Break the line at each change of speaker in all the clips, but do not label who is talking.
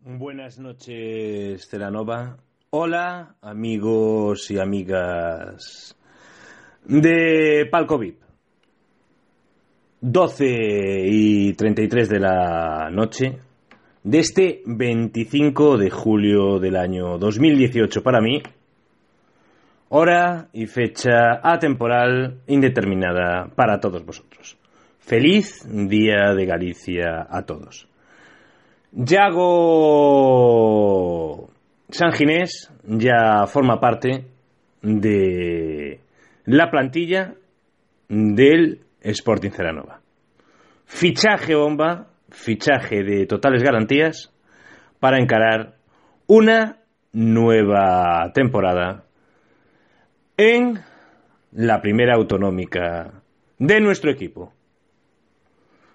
Buenas noches, Celanova. Hola, amigos y amigas de Palco VIP. 12 y 33 de la noche de este 25 de julio del año 2018 para mí. Hora y fecha atemporal indeterminada para todos vosotros. Feliz Día de Galicia a todos. Yago San Ginés ya forma parte de la plantilla del Sporting Ceranova. Fichaje bomba, fichaje de totales garantías para encarar una nueva temporada en la primera autonómica de nuestro equipo.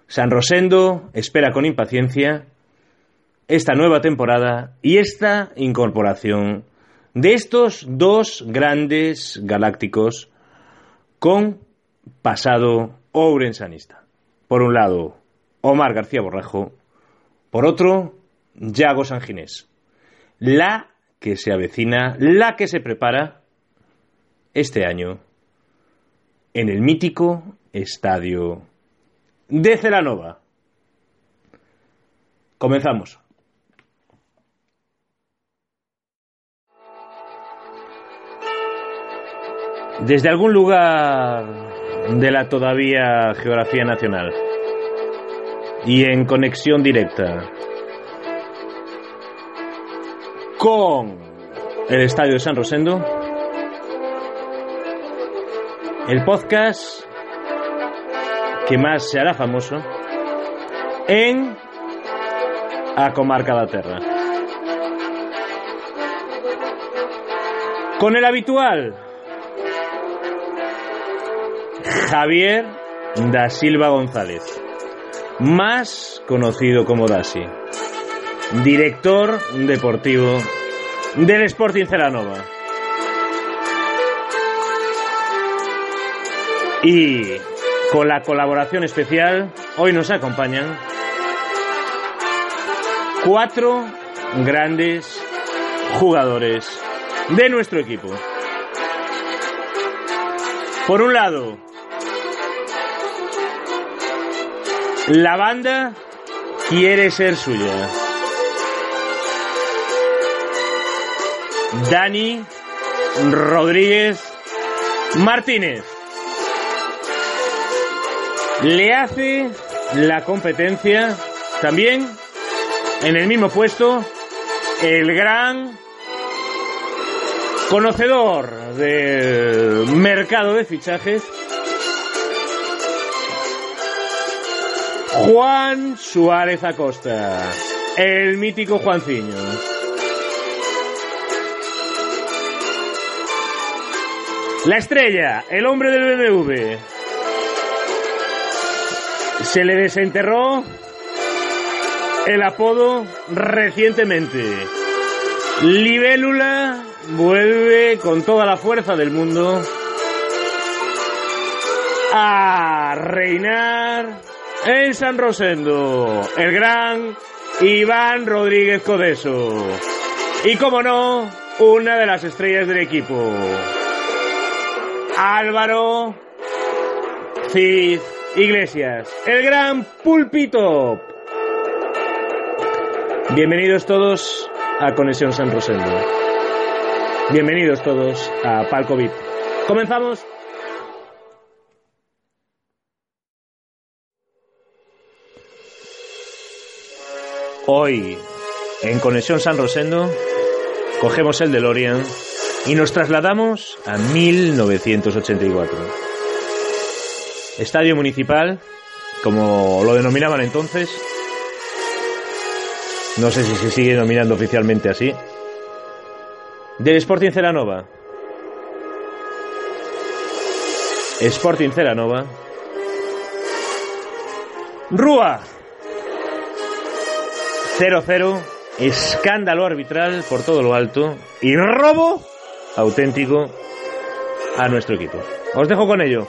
San Rosendo espera con impaciencia esta nueva temporada y esta incorporación de estos dos grandes galácticos con pasado ourensanista. Por un lado, Omar García Borrajo, por otro, Yago Sanginés. La que se avecina, la que se prepara este año en el mítico estadio de Celanova. Comenzamos. Desde algún lugar de la todavía geografía nacional y en conexión directa con el Estadio de San Rosendo, el podcast que más se hará famoso en a Comarca da Terra. Con el habitual Javier da Silva González, más conocido como Dasi, director deportivo del Sporting Ceranova. Y con la colaboración especial, hoy nos acompañan cuatro grandes jugadores de nuestro equipo. Por un lado, la banda quiere ser suya. Dani Rodríguez Martínez le hace la competencia también en el mismo puesto el gran conocedor del mercado de fichajes, Juan Suárez Acosta, el mítico Juanciño. La estrella, el hombre del BBV. Se le desenterró el apodo recientemente. Libélula vuelve con toda la fuerza del mundo a reinar en San Rosendo el gran Iván Rodríguez Codeso. Y como no, una de las estrellas del equipo, Álvaro Cid Iglesias, el gran pulpito. Bienvenidos todos a Conexión San Rosendo. Bienvenidos todos a Palco VIP. Comenzamos. Hoy, en Conexión San Rosendo, cogemos el DeLorean y nos trasladamos a 1984. Estadio Municipal, como lo denominaban entonces, no sé si se sigue denominando oficialmente así, del Sporting Celanova. Sporting Celanova. Rúa. 0-0. Escándalo arbitral por todo lo alto. Y robo auténtico a nuestro equipo. Os dejo con ello.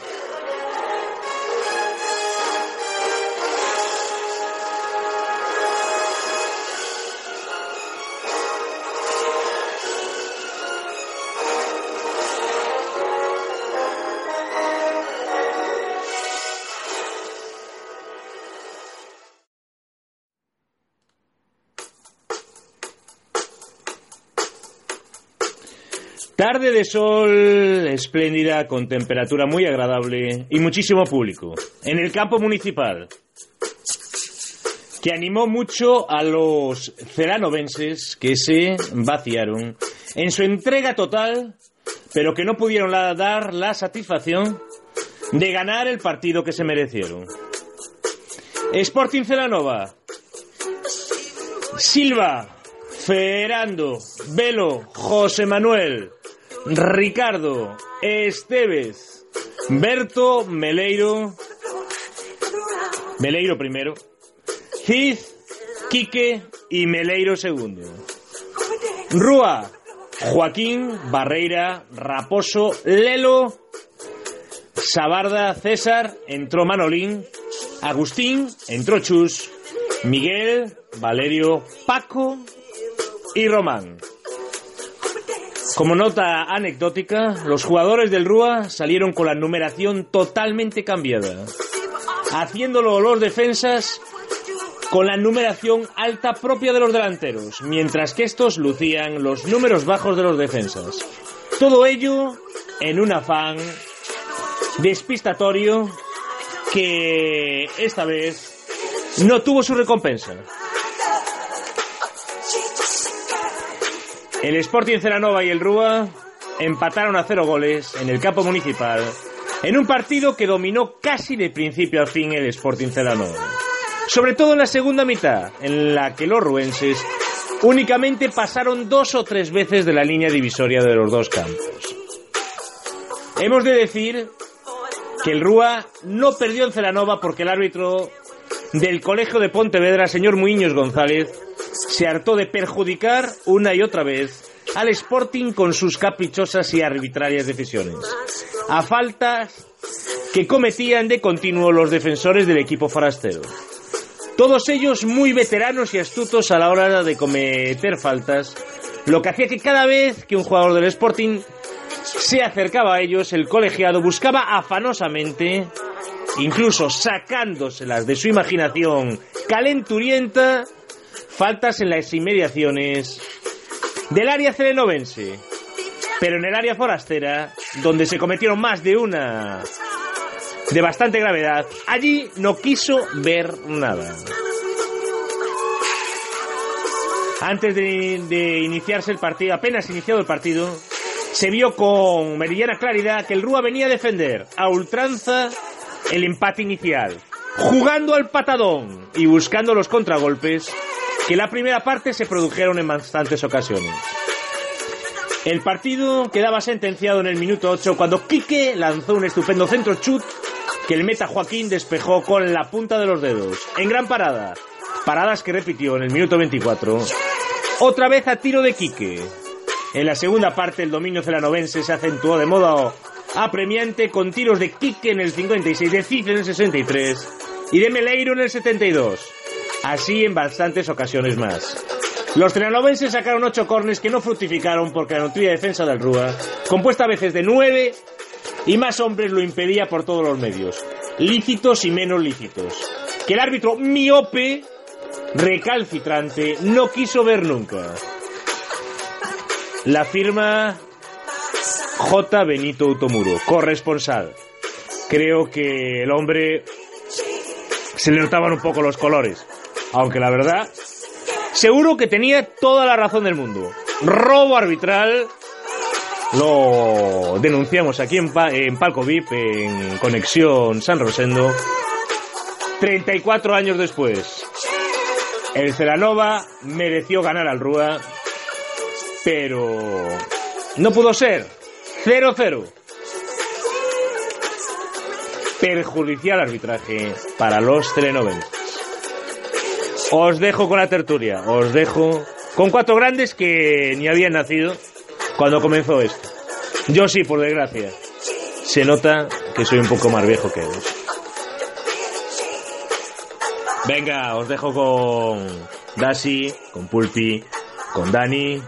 Tarde de sol espléndida con temperatura muy agradable y muchísimo público en el campo municipal que animó mucho a los celanovenses que se vaciaron en su entrega total pero que no pudieron la- dar la satisfacción de ganar el partido que se merecieron. Sporting Celanova, Silva, Fernando, Velo, José Manuel, Ricardo, Esteves, Berto, Meleiro, Meleiro primero, Cid, Quique y Meleiro segundo. Rúa, Joaquín, Barreira, Raposo, Lelo, Sabarda, César, entró Manolín, Agustín, entró Chus, Miguel, Valerio, Paco y Román. Como nota anecdótica, los jugadores del Rúa salieron con la numeración totalmente cambiada, haciéndolo los defensas con la numeración alta propia de los delanteros, mientras que estos lucían los números bajos de los defensas. Todo ello en un afán despistatorio que esta vez no tuvo su recompensa. El Sporting Ceranova y el Rúa empataron a cero goles en el campo municipal en un partido que dominó casi de principio a fin el Sporting Ceranova. Sobre todo en la segunda mitad, en la que los ruenses únicamente pasaron dos o tres veces de la línea divisoria de los dos campos. Hemos de decir que el Rúa no perdió en Celanova porque el árbitro del Colegio de Pontevedra, señor Muñoz González, se hartó de perjudicar una y otra vez al Sporting con sus caprichosas y arbitrarias decisiones, a faltas que cometían de continuo los defensores del equipo forastero. Todos ellos muy veteranos y astutos a la hora de cometer faltas, lo que hacía que cada vez que un jugador del Sporting se acercaba a ellos, el colegiado buscaba afanosamente, incluso sacándoselas de su imaginación calenturienta, faltas en las inmediaciones del área celenovense, pero en el área forastera, donde se cometieron más de una de bastante gravedad, allí no quiso ver nada. Antes de, de iniciarse el partido, apenas iniciado el partido, se vio con meridiana claridad que el Rúa venía a defender a ultranza el empate inicial, jugando al patadón y buscando los contragolpes que en la primera parte se produjeron en bastantes ocasiones. El partido quedaba sentenciado en el minuto 8 cuando Quique lanzó un estupendo centro chut que el meta Joaquín despejó con la punta de los dedos. En gran parada. Paradas que repitió en el minuto 24. Otra vez a tiro de Quique. En la segunda parte el dominio celanovense se acentuó de modo apremiante con tiros de Quique en el 56, de Cid en el 63 y de Meleiro en el 72. Así en bastantes ocasiones más. Los celanovenses sacaron ocho cornes que no fructificaron porque la nutria defensa del Rúa, compuesta a veces de nueve y más hombres lo impedía por todos los medios, lícitos y menos lícitos. Que el árbitro miope, recalcitrante, no quiso ver nunca. La firma J. Benito Automuro, corresponsal. Creo que el hombre se le notaban un poco los colores, aunque la verdad seguro que tenía toda la razón del mundo. Robo arbitral lo denunciamos aquí en, Pa- en Palco VIP, en Conexión San Rosendo, 34 años después.
El Celanova mereció ganar al Rúa, pero no pudo ser. 0-0. Perjudicial arbitraje para los telenovenses. Os dejo con la tertulia, os dejo con cuatro grandes que ni habían nacido cuando comenzó esto. Yo sí, por desgracia. Se nota que soy un poco más viejo que ellos. Venga, os dejo con Dasi, con Pulpi, con Dani,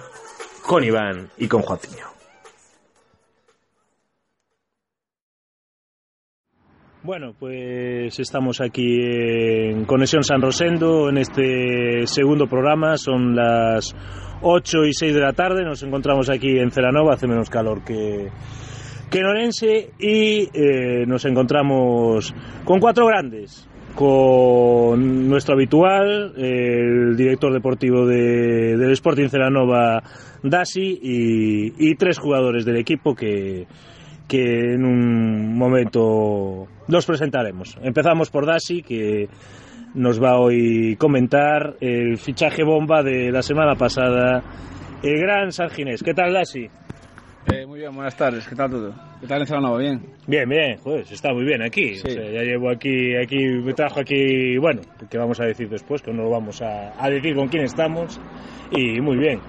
con Iván y con Joaquín.
Bueno, pues estamos aquí en Conexión San Rosendo en este segundo programa. Son las 8 y 6 de la tarde. Nos encontramos aquí en Celanova. Hace menos calor que, que en Orense. Y eh, nos encontramos con cuatro grandes. Con nuestro habitual, el director deportivo de, del Sporting Celanova, Dasi, y, y tres jugadores del equipo que, que en un momento los presentaremos. Empezamos por Dasi, que nos va hoy comentar el fichaje bomba de la semana pasada, el gran Sarginés. ¿Qué tal, Dasi?
Eh, muy bien, buenas tardes. ¿Qué tal todo? ¿Qué tal en Celanova? ¿Bien?
Bien, bien, pues está muy bien aquí.
Sí.
O sea, ya llevo aquí, aquí, me trajo aquí, bueno, que vamos a decir después, que no lo vamos a, a decir con quién estamos. Y muy bien.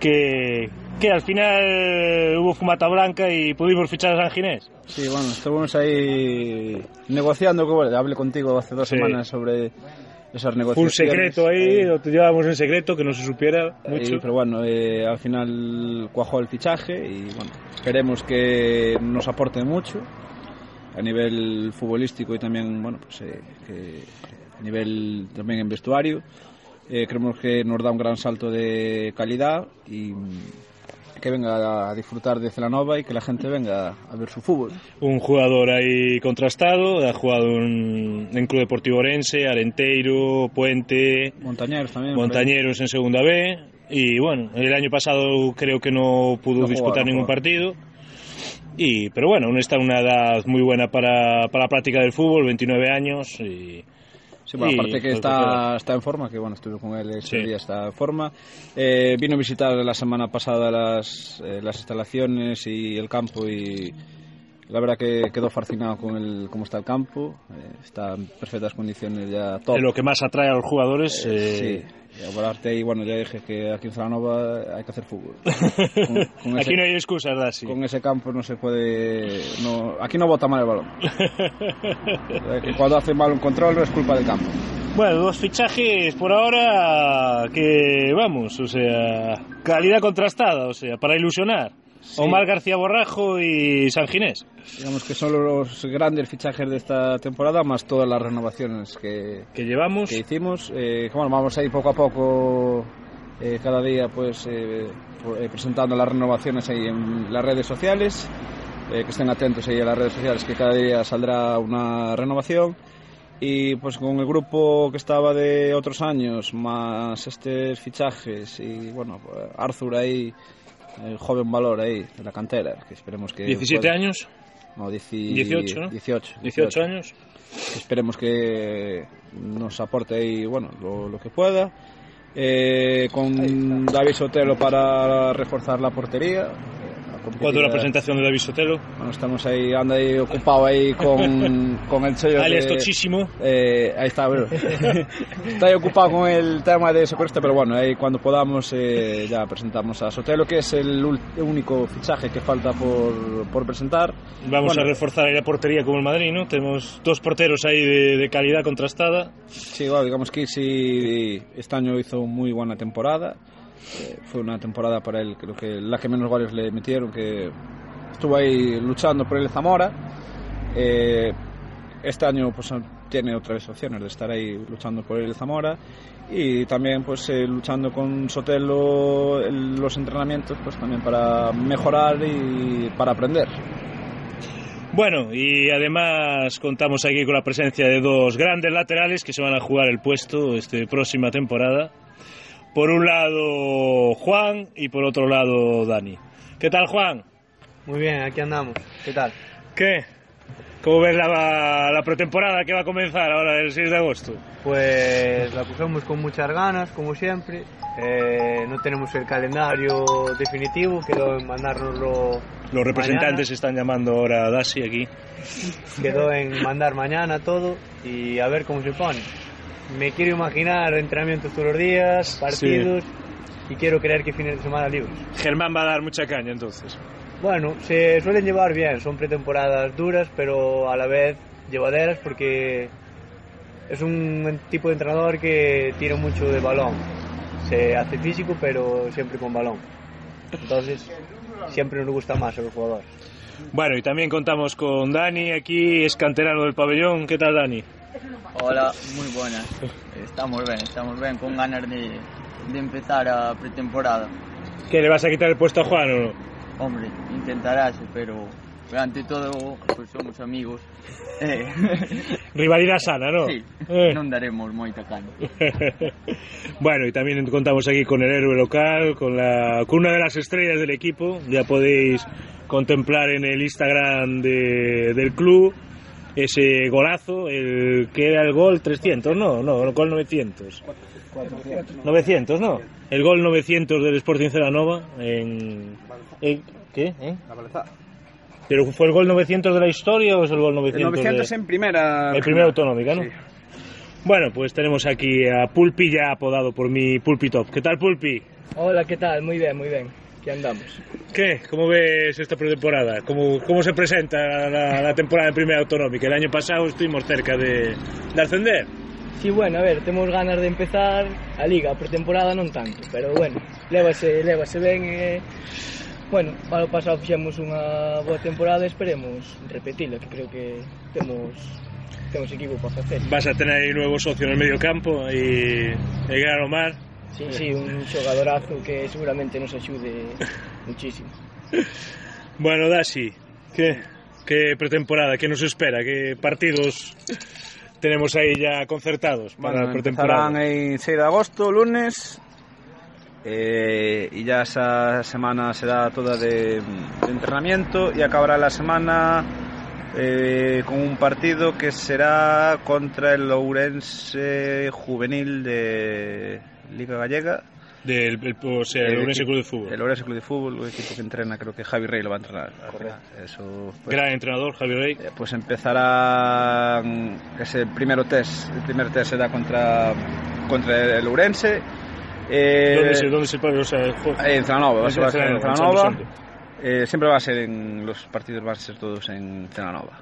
Que, que al final hubo fumata blanca y pudimos fichar a Sarginés.
Sí, bueno, estuvimos ahí negociando. que, Bueno, hablé contigo hace dos
Sí.
semanas sobre
Fue
esas
un
negociaciones.
secreto ahí,
Eh,
lo llevábamos en secreto, que no se supiera
eh,
mucho.
pero bueno, eh, al final cuajó el fichaje y bueno, esperemos que nos aporte mucho a nivel futbolístico y también, bueno, pues eh, que- a nivel también en vestuario. Eh, creemos que nos da un gran salto de calidad y mm, que venga a disfrutar de Celanova y que la gente venga a ver su fútbol.
Un jugador ahí contrastado, ha jugado en, en Club Deportivo Orense, Arenteiro, Puente,
Montañeros también.
Montañeros en Segunda B. Y bueno, el año pasado creo que no pudo
No jugó,
disputar
no
ningún
jugó.
partido. Y, pero bueno, aún está en una edad muy buena para, para la práctica del fútbol, 29 años. Y,
Sí, bueno,
Y,
aparte que
pues,
está,
cualquiera.
está en forma, que bueno, estuve con él ese
Sí.
día, está en forma. Eh, vino a visitar la semana pasada las, eh, las instalaciones y el campo y la verdad que quedó fascinado con el, cómo está el campo. Eh, está en perfectas condiciones ya top.
es lo que más atrae a los jugadores. eh,
Eh, sí. Y aparte ahí, bueno, ya dije que aquí en Zalanova hay que hacer fútbol. Con- con
Aquí
ese-
no hay excusas, Dasi.
con ese campo no se puede. No, aquí no bota mal el balón. Eh, que Cuando hace mal un control no es culpa del campo.
Bueno, dos fichajes por ahora que vamos, o sea, calidad contrastada, o sea, para ilusionar. Omar García Borrajo y San Ginés.
Digamos que son los grandes fichajes de esta temporada, más todas las renovaciones que,
Que llevamos.
que hicimos. Eh, que, bueno, vamos a ir poco a poco, eh, cada día, pues eh, por- eh, presentando las renovaciones ahí en las redes sociales. Eh, que estén atentos ahí a las redes sociales, que cada día saldrá una renovación. Y pues con el grupo que estaba de otros años, más estos fichajes y bueno, pues, Arthur ahí, el joven valor ahí, de la cantera, que esperemos que.
17
pueda-
años,
no,
18, ¿no?
18, 18.
18 años.
Esperemos que nos aporte ahí, bueno, lo, lo que pueda. Eh, con David Sotelo para reforzar la portería. Eh, a competir-
¿Cuándo la presentación de David Sotelo?
Bueno, estamos ahí, anda ahí ocupado ahí con, con el sello
Alias
de-
Tochísimo.
eh, ahí está, bueno. está ahí ocupado con el tema de socorrista, pero bueno, ahí cuando podamos eh, ya presentamos a Sotelo, que es el ul- único fichaje que falta por, por presentar.
Vamos
Bueno.
a reforzar ahí la portería como el Madrid, ¿no? Tenemos dos porteros ahí de, de calidad contrastada.
Sí, bueno, digamos que sí, este año hizo muy buena temporada. Eh, fue una temporada para él, creo que la que menos goles le metieron, que estuvo ahí luchando por el Zamora. Eh, este año pues tiene otra vez opciones de estar ahí luchando por el Zamora y también pues eh, luchando con Sotelo en los entrenamientos pues también para mejorar y para aprender.
Bueno, y además contamos aquí con la presencia de dos grandes laterales que se van a jugar el puesto este próxima temporada. Por un lado Juan y por otro lado Dani. ¿Qué tal Juan?
Muy bien, aquí andamos. ¿Qué tal?
¿Qué? ¿Cómo ves la, la pretemporada que va a comenzar ahora el 6 de agosto?
Pues la cogemos con muchas ganas, como siempre. Eh, no tenemos el calendario definitivo, quedó en mandárnoslo.
Los representantes están llamando ahora a Dasi aquí.
mañana, Quedó en mandar mañana todo y a ver cómo se pone. Me quiero imaginar entrenamientos todos los días, partidos y quiero creer que fines de semana libres.
Germán va a dar mucha caña entonces.
Bueno, se suelen llevar bien, son pretemporadas duras, pero a la vez llevaderas porque es un tipo de entrenador que tira mucho de balón. Se hace físico, pero siempre con balón. Entonces, siempre nos gusta más a los jugadores.
Bueno, y también contamos con Dani aquí, es canterano del pabellón. ¿Qué tal, Dani?
Hola, muy buenas. Estamos bien, estamos bien, con ganas de, de empezar a pretemporada.
¿Qué le vas a quitar el puesto a Juan o no?
Hombre, intentarás, pero, pero ante todo, pues somos amigos. Eh,
Rivalidad sana, ¿no?
sí,
Eh.
non daremos moita caña.
bueno, y también contamos aquí con el héroe local, con, la, con una de las estrellas del equipo. Ya podéis contemplar en el Instagram de- del club ese golazo, el que era el gol 300, no, no, el gol 900. 900, no. El gol 900 del Sporting Celanova en... en- ¿Qué? ¿Eh? ¿Pero fue el gol 900 de la historia o es el gol 900?
El 900
de-
en primera.
el primero autonómica, ¿no? Bueno, pues tenemos aquí a Pulpi, ya apodado por mi Pulpi Top. ¿Qué tal, Pulpi?
Hola, ¿qué tal? Muy bien, muy bien. Aquí andamos.
¿Qué? ¿Cómo ves esta pretemporada? ¿Cómo, cómo se presenta la, la- la temporada en primera autonómica? El año pasado estuvimos cerca de, de ascender.
Sí, bueno, a ver, temos ganas de empezar a liga, a pretemporada non tanto, pero bueno, lévase, lévase ben e... eh, Bueno, para o pasado fixemos unha boa temporada e esperemos repetila, que creo que temos temos equipo para facer.
Vas a tener ahí nuevo socio en el medio campo y el gran Omar.
Sí, sí, un xogadorazo que seguramente nos axude muchísimo.
Bueno, Dasi, ¿qué, qué pretemporada? ¿Qué nos espera? ¿Qué partidos tenemos ahí ya concertados para
Bueno,
la pretemporada?
empezarán en 6 de agosto, lunes. eh, y ya esa semana será toda de, de entrenamiento y acabará la semana eh, con un partido que será contra el Ourense Juvenil de Liga Gallega.
Del el- o sea, el
eh, El
Ourense
equipo-
Club de Fútbol.
El Ourense Club de Fútbol, el equipo que entrena, creo que Javi Rey lo va a entrenar. al final. Eso, pues,
Gran entrenador, Javier Rey.
eh, pues empezará mm, ese primero test. El primer test será contra, contra el Ourense. Eh,
¿Dónde se, dónde se paga? O sea, el juego?
En Zanova, va a ser va a ser en
Celanova,
Celanova.
en
Eh, siempre va a ser en los partidos, van a ser todos en Celanova.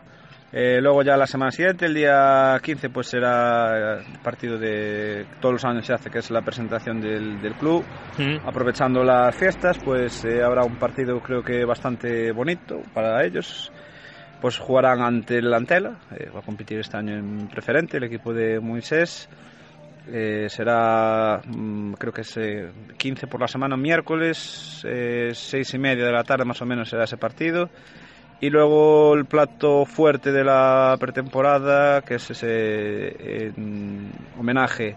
Eh, luego ya la semana siguiente, el día 15, pues será eh, partido de todos los años se hace, que es la presentación del, del club.
Mm.
Aprovechando las fiestas, pues eh, habrá un partido creo que bastante bonito para ellos. Pues jugarán ante el Antela, eh, va a competir este año en preferente el equipo de Moisés. Eh, será, mm, creo que es eh, 15 por la semana, miércoles, eh, 6 y media de la tarde más o menos será ese partido. Y luego el plato fuerte de la pretemporada, que es ese eh, en homenaje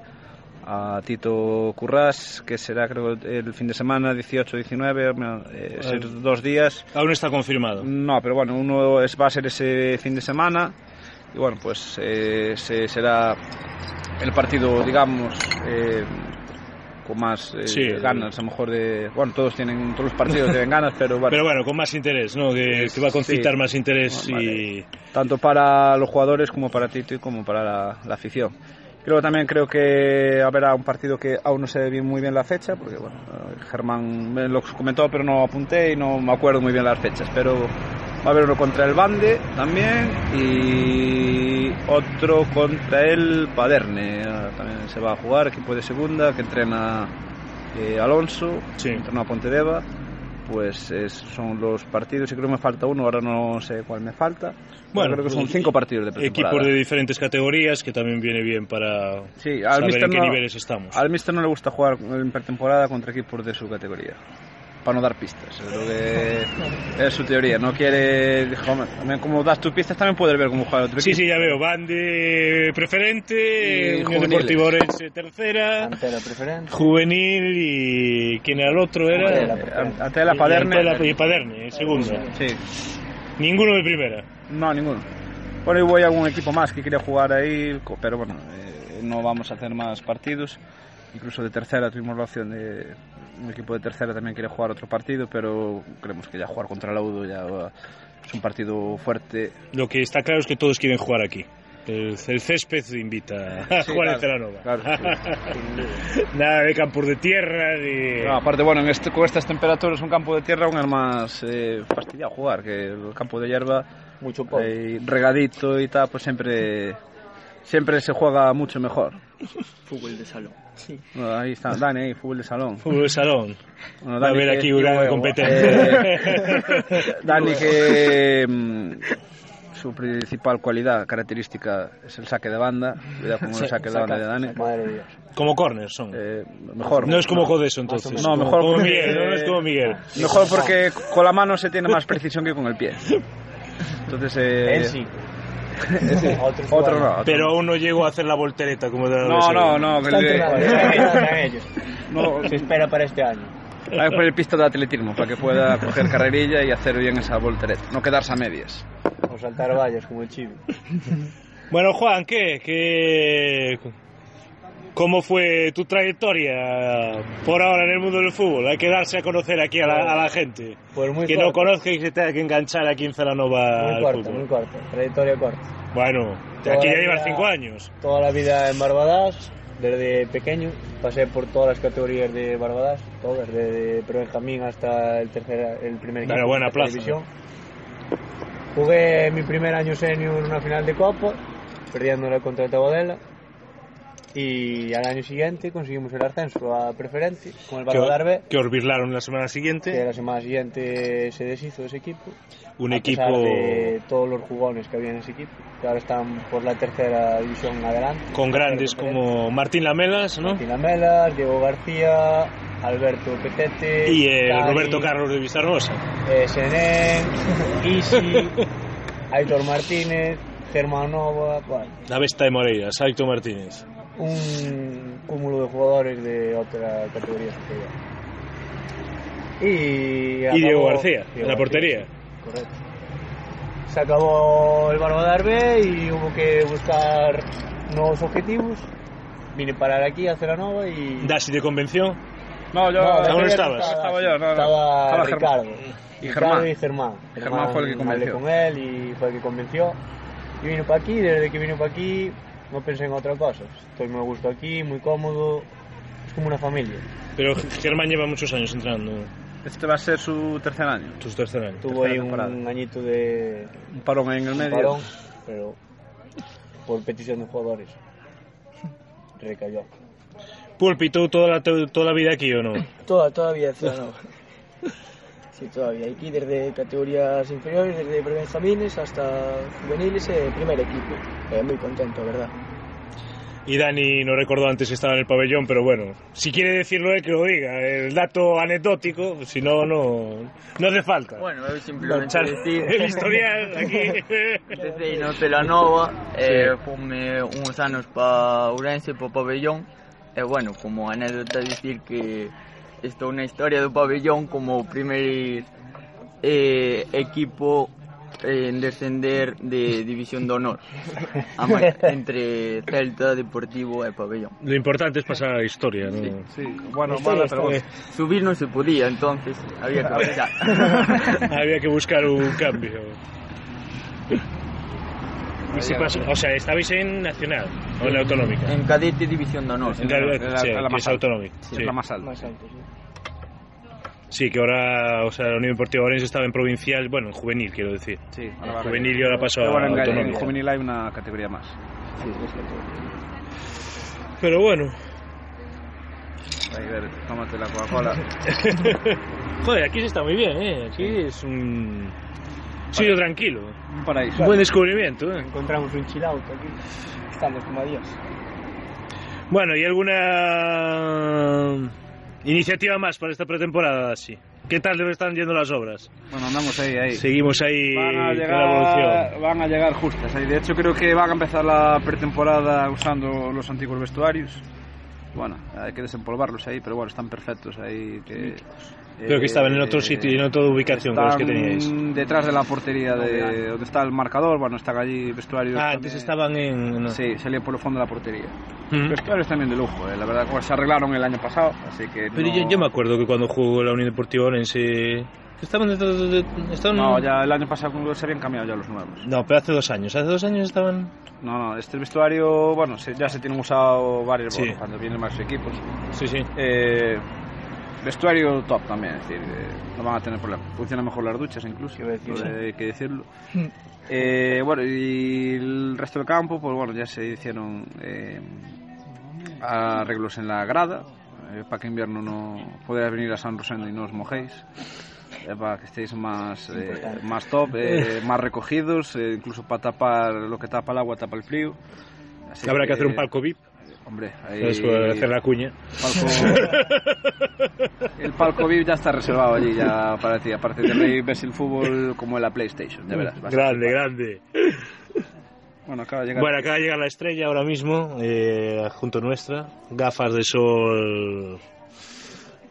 a Tito Currás, que será creo el fin de semana 18-19, eh, ser dos días.
Aún está confirmado.
No, pero bueno, uno es, va a ser ese fin de semana y bueno, pues eh, se, será el partido, digamos, eh, con más eh,
Sí.
ganas, a lo mejor de... Bueno, todos tienen todos los partidos tienen ganas, pero bueno,
Pero bueno, con más interés, ¿no? Que, que va a concitar
Sí.
más interés
Vale.
y...
tanto para los jugadores como para Tito y como para la, la afición. Creo también creo que habrá un partido que aún no sé bien muy bien la fecha, porque bueno, eh, Germán me lo comentó pero no apunté y no me acuerdo muy bien las fechas, pero va a haber uno contra el Bande también y otro contra el Paderne, eh, también se va a jugar, equipo de segunda que entrena eh, Alonso,
Sí.
entrena Pontedeva, pues es- son los partidos y creo que me falta uno, ahora no sé cuál me falta. Bueno, creo que son
pues,
cinco partidos de pretemporada.
Equipos de diferentes categorías que también viene bien para
Sí, al
saber
míster
en qué
no-
niveles estamos.
Al mister no le gusta jugar en pretemporada contra equipos de su categoría. Para no dar pistas, es lo que es su teoría. No quiere. dijo, "Hombre, también como das tus pistas, también puedes ver cómo juega el otro
Sí,
equipo".
sí, ya veo. Bande preferente,
Y
Unión
juveniles.
Deportiva Orense tercera,
Cantera preferente.
juvenil y... ¿Quién era el otro? Era...
Antela.
Eh, Ante
Y-
la
y
Paderne.
Antela- Y Paderne, segundo.
Sí,
Ninguno de primera.
no, ninguno. Bueno, eu voy a algún equipo máis que quería jugar aí, co- pero bueno, eh, non vamos a hacer máis partidos. Incluso de tercera tuvimos la opción de un equipo de tercera también quería jugar otro partido, pero creemos que ya jugar contra Laudo ya va- es un partido fuerte.
Lo que está claro es que todos quieren jugar aquí. El, el césped invita a
Sí,
jugar en
claro,
Terranova.
claro,
Nada de campos de tierra, ni...
No, aparte, bueno, en este, con estas temperaturas un campo de tierra aún es más eh, fastidiado jugar, que el campo de hierba
Mucho poco.
eh, regadito y tal, pues siempre siempre se juega mucho mejor.
Fútbol de salón.
Bueno, ahí está Dani, ahí, fútbol de salón.
Fútbol de salón.
Bueno,
Va a
Dani,
haber
que-
aquí una
luego,
competencia.
eh, Dani que mm, su principal cualidad, característica es el saque de banda, cuidado con el saque de banda de Dani.
Madre mía.
Como corners son.
Eh, mejor.
no es como Codeso entonces.
No, mejor Eh,
como
porque-
Miguel. No, no es como Miguel.
Mejor porque con la mano se tiene más precisión que con el pie. Entonces, eh,
Él sí. Otros
otro
jugadores.
no. otro
Pero aún no llego a hacer la voltereta como de
no, no, no. que
Está
le-
entrenado, está entrenado en ellos. Se espera para este año.
Hay que poner pista de atletismo para que pueda coger carrerilla y hacer bien esa voltereta. No quedarse a medias.
O saltar vallas como el chivo.
Bueno, Juan, ¿qué? ¿qué? ¿Cómo fue tu trayectoria por ahora en el mundo del fútbol? Hay que darse a conocer aquí a la, a la gente.
Pues muy
que
corta.
no conozca y se tenga que enganchar aquí en Celanova
Muy
al
corto, muy
fútbol.
corto. Trayectoria corta.
Bueno,
Toda
aquí ya
la
llevas
vida-
cinco años.
Toda la vida en Barbadas, desde pequeño. Pasé por todas las categorías de Barbadas, todas, desde Benjamín hasta el, tercer, el primer
Pero
equipo.
buena
tercera
plaza.
división. Jugué mi primer año senior en una final de Copa, perdiéndola contra el Tabadela. Y al año siguiente conseguimos el ascenso a preferente con el
Que,
Barbadas B.
que os birlaron la semana
que
siguiente.
la semana siguiente se deshizo ese equipo.
Un
a
equipo...
pesar de todos los jugones que había en ese equipo, que ahora están por la tercera división en adelante.
con grandes como Martín Lamelas, ¿no?
Martín Lamelas, Diego García, Alberto Petete,
Y eh,
Dani,
Roberto Carlos de Vistarrosa.
eh, Senén, Isi, Aitor Martínez, Germán Nova, bueno,
La Vesta de Moreira, Saito Martínez.
un cúmulo de jugadores de otra categoría superior. Y,
Y Diego
acabó-
García, en la
García,
portería.
sí, correcto. Se acabó el Barbadar B y hubo que buscar nuevos objetivos. Vine a parar aquí a Ceranova y...
Dasi de convención.
No, yo.
No,
aún
no
estabas.
Estaba yo, no, no.
Estaba,
Estaba Germán. Mm.
Ricardo.
Y
Ricardo
Germán.
y Germán.
Germán fue el que
hablé
convenció.
con él y fue el que convenció. Y vino para aquí, desde que vino para aquí no pensé en otra cosa. Estoy muy a gusto aquí, muy cómodo. Es como una familia.
Pero Germán lleva muchos años entrando,
Este va a ser su tercer año.
tus tercer año.
Tuvo ahí un
temporada.
añito de
Un parón ahí en el
un
medio.
parón, pero por petición de jugadores. Recayó.
Púlpito toda la, toda la vida aquí o no?
Toda, todavía en Celanova. Sí, todavía. Aquí desde categorías inferiores, desde prebenjamines hasta juveniles, eh, primer equipo. Eh, muy contento, ¿verdad?
Y Dani no recordó antes que estaba en el pabellón, pero bueno, si quiere decirlo él que lo diga. El dato anecdótico, si no, no, no hace falta.
Bueno, eu simplemente
Chale,
decir...
el historial aquí.
Empecé no Celanova, eh, fume uns anos pa Ourense, pa pabellón E bueno, como anécdota dicir que estou na historia do pabellón como o primeiro eh, equipo eh, en descender de división de honor a mar- entre Celta, Deportivo e Pabellón
Lo importante es pasar a la historia, ¿no?
Sí,
Este
bueno, mala, pero bueno.
Subir non se podía, entonces había que baixar
Había que buscar un cambio. Y se pasó- o sea, estabais en Nacional o en la Autonómica.
En cadete división de honor
En la,
en la-
sí,
en la
que es
más alta.
autonómica.
Sí,
sí.
Es la más alta.
Más alto, sí.
Sí, que ahora, o sea, la Unión Deportiva Orense estaba en provincial, bueno, en juvenil, quiero decir.
Sí, ahora va a
Juvenil y ahora pasó a
Pero bueno, en, en
autonómica.
juvenil hay una categoría más.
Pero bueno,
Ahí, bebe, tómate la Coca-Cola.
joder, aquí se está muy bien, ¿eh? Aquí es un sitio tranquilo.
Un paraíso.
Buen descubrimiento, ¿eh?
Encontramos un chill out aquí. Estamos como a Dios.
Bueno, ¿y alguna iniciativa más para esta pretemporada? Sí. ¿Qué tal le están yendo las obras?
Bueno, andamos ahí, ahí.
Seguimos ahí
Van a,
con la evolución.
llegar, van a llegar justas. ahí. De hecho, creo que van a empezar la pretemporada usando los antiguos vestuarios. bueno, hai que desempolvarlos aí, pero bueno, están perfectos aí que eh,
Creo que estaban en outro sitio e en outra ubicación con os que teníais.
Están detrás de la portería de onde está el marcador, bueno, están allí vestuarios.
Ah,
tamén.
antes estaban en... no.
Sí, salían polo fondo da portería.
Mm.
Vestuarios también de lujo, eh, la verdad, como se arreglaron el año pasado, así que
Pero
no...
yo, yo me acuerdo que cuando jugó la Unión Deportiva Orense... que Estaban dentro de... de- Estaban...
No, ya el año pasado se habían cambiado ya los nuevos.
No, pero hace dos años. Hace dos años estaban...
No, no, este vestuario, bueno, se- ya se tienen usado varios
Sí.
bueno, cuando vienen más equipos.
Sí, sí.
Eh, vestuario top también, es decir, eh, no van a tener problema. Funcionan mejor las duchas incluso,
Iba a decir,
todo hay que decirlo. Eh, bueno, y el resto del campo, pues bueno, ya se hicieron eh, arreglos en la grada, eh, para que invierno no podáis venir a San Rosendo y no os mojéis. eh, para que estéis más, eh, más top, eh, más recogidos, eh, incluso para tapar lo que tapa el agua, tapa el frío. Así
Habrá que hacer un palco VIP.
Hombre, ahí-
Entonces, para hacer la cuña.
Palco- el palco VIP ya está reservado allí ya para ti. Aparte de ahí ves el fútbol como en la PlayStation, de verdad.
Grande, grande.
Bueno, acaba de llegar.
Bueno, acaba de llegar la estrella ahora mismo, eh, junto nuestra. Gafas de sol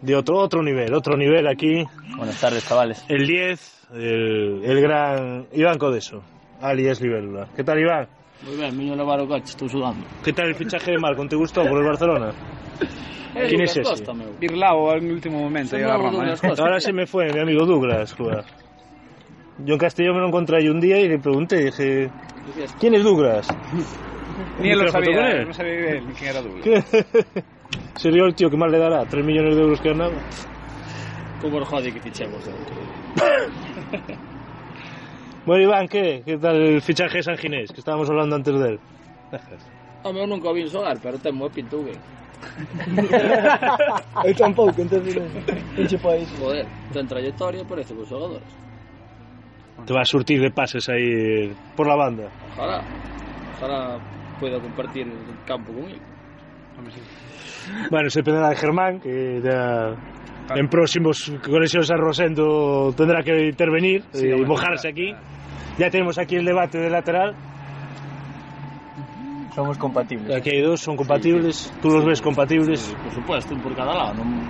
de otro, otro nivel, otro nivel aquí.
Buenas tardes, chavales.
El 10, el, el gran Iván Codeso, alias Libélula. ¿Qué tal, Iván?
Muy bien, miño lavar o coche, estou sudando.
¿Qué tal el fichaje de Malcom? ¿Te gustó por el Barcelona? ¿Quién es ese?
Eh, meu.
Birlao en el último momento. llega la rama, ¿eh?
Ahora se me fue mi amigo Douglas. joder. Yo en Castellón me lo encontré ahí un día y le pregunté, dije, ¿quién es Douglas?
Ni él
¿Te
lo
la foto con
sabía,
él?
no sabía bien quién era Douglas.
¿Qué? Se rió el tío que más le dará, 3 millones de euros que ganaba.
Como o jode que fichemos. eh".
Bueno, Iván, ¿qué? ¿Qué tal el fichaje de San Ginés? Que estábamos hablando antes de él.
A meu nunca o vin xogar, pero ten moi pintugue.
Eu
Oh,
tampouco, entón non. Pinche país.
Joder, ten trayectoria, parece que xogadores.
Te va a surtir de pases ahí eh, por la banda.
Ojalá, ojalá pueda compartir el campo con él.
Bueno, se dependerá de Germán, que ya en próximos colegios a Rosendo tendrá que intervenir
Sí,
y
hombre,
mojarse aquí.
claro, claro.
Ya tenemos aquí el debate de lateral.
Somos compatibles.
Aquí hay dos, son compatibles. Tú los ves compatibles.
Sí, por supuesto, un por cada lado. Non...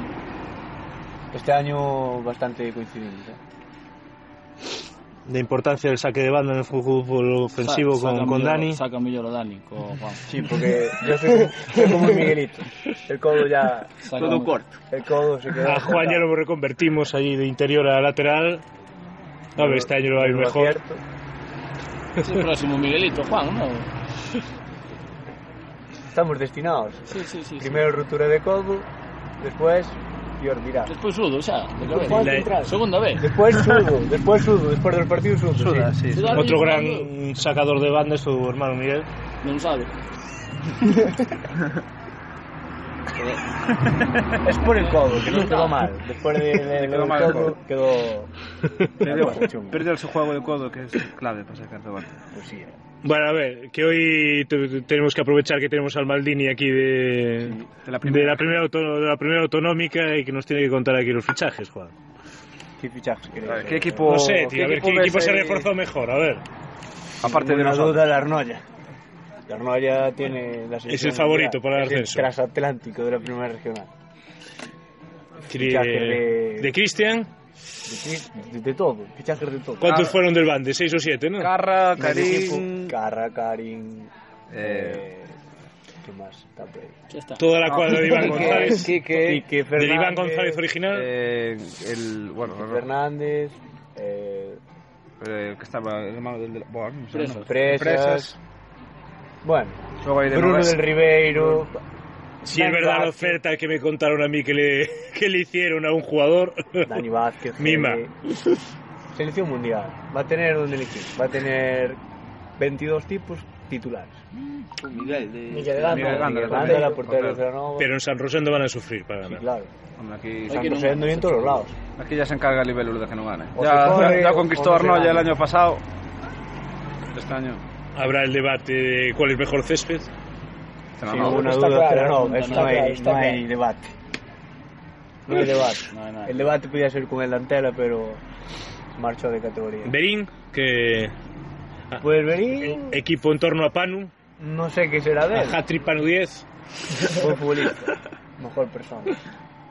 Este año bastante coincidimos. ¿eh?
La importancia del saque de banda en el fútbol ofensivo
Sa- saca
con, con
mellor-
Dani.
Saca mellor o Dani, co Juan.
Sí, porque yo soy, soy como Miguelito. El codo ya.
Saca
Todo
me-
corto.
El codo se quedó.
A Juan ya lo reconvertimos ahí de interior a lateral. A ver, este año lo va a ir
Lo
mejor.
acierto.
Sí, próximo Miguelito, Juan, non?
Estamos destinados.
Sí, sí, sí. sí.
Primero ruptura de codo, después pior mirar.
Despois sudo, xa, de
Despois
cabeza.
central.
Segunda vez.
Después sudo, después sudo, después del partido sudo.
Pues
sí.
Suda, sí, sí.
Suda.
Otro gran sacador de banda es tu hermano Miguel.
Non sabe.
Es por el codo, que nos quedó mal. Después de, de-
Quedó
del
mal el
codo,
codo.
quedó.
Perdió,
Bueno, chungo.
perdió su juego de codo, que es clave para sacar de banda.
Pues sí, eh.
Bueno, a ver, que hoy te- tenemos que aprovechar que tenemos al Maldini aquí de,
De
de,
la primera.
la primera auto- de la primera autonómica y que nos tiene que contar aquí los fichajes, Juan.
¿Qué fichajes
A ver,
queréis?
¿Qué equipo?
No sé, tío, a ver, ¿qué
ves
equipo se
ahí?
reforzó mejor? A ver,
Aparte de
Ninguna
nosotros.
duda, la Arnoya. La Arnoya tiene la selección
el favorito
mundial.
para el
Es el
ascenso.
transatlántico de la primera regional. Fichaje
de,
de-
de Cristian,
De, de- de todo, fichajes de todo.
¿cuántos fueron del Bande? ¿Seis o siete, no?
Carra,
Del equipo,
Karim.
Carra, Karim.
Eh,
eh, ¿Qué más? Está por ahí.
Xa está.
Toda la cuadra de Iván
Quique,
Ah, González,
Quique,
Quique
del
Fernández,
Iván González original.
eh, el, bueno, no, no,
Fernández, eh,
eh, que estaba el hermano del... del- Bueno, no sé,
Preso.
no.
Presas.
Presas.
Bueno,
Luego hay de
Bruno
Noves.
del Ribeiro.
Si es verdad la
Vázquez,
oferta que me contaron a mí que le, que le hicieron a un jugador.
Dani Vázquez.
Mima.
Gede. Selección mundial. Va a tener donde elegir. Va a tener 22 tipos titulares.
Miguel de...
Miguel
Miguel
Ganda.
Ganda,
Miguel
también.
Ganda, portero de
Claro.
Granova.
Pero en San Rosendo van a sufrir para
Sí,
ganar.
claro.
Hombre, aquí
Hay que
Santos-
no-
Procediendo bien en todos los lados.
Aquí ya se encarga el nivel de que no gane.
O
Ya,
se corre,
ya
o
conquistó
no se
Arnoya el
gana.
año pasado. Este año.
Habrá el debate de cuál es mejor césped.
Se la
Sin
mama.
ninguna
está
duda,
claro,
pero no,
está
eso no,
claro,
hay,
está
no hay
claro.
debate. No hay debate.
No hay nada.
El debate podía ser con el Dantela, pero marchó de categoría.
Berín, que
Pues Berín,
equipo en torno a Panu,
no sé qué será de
a
él.
Hatri Panu 10.
Buen futbolista. Mejor persona.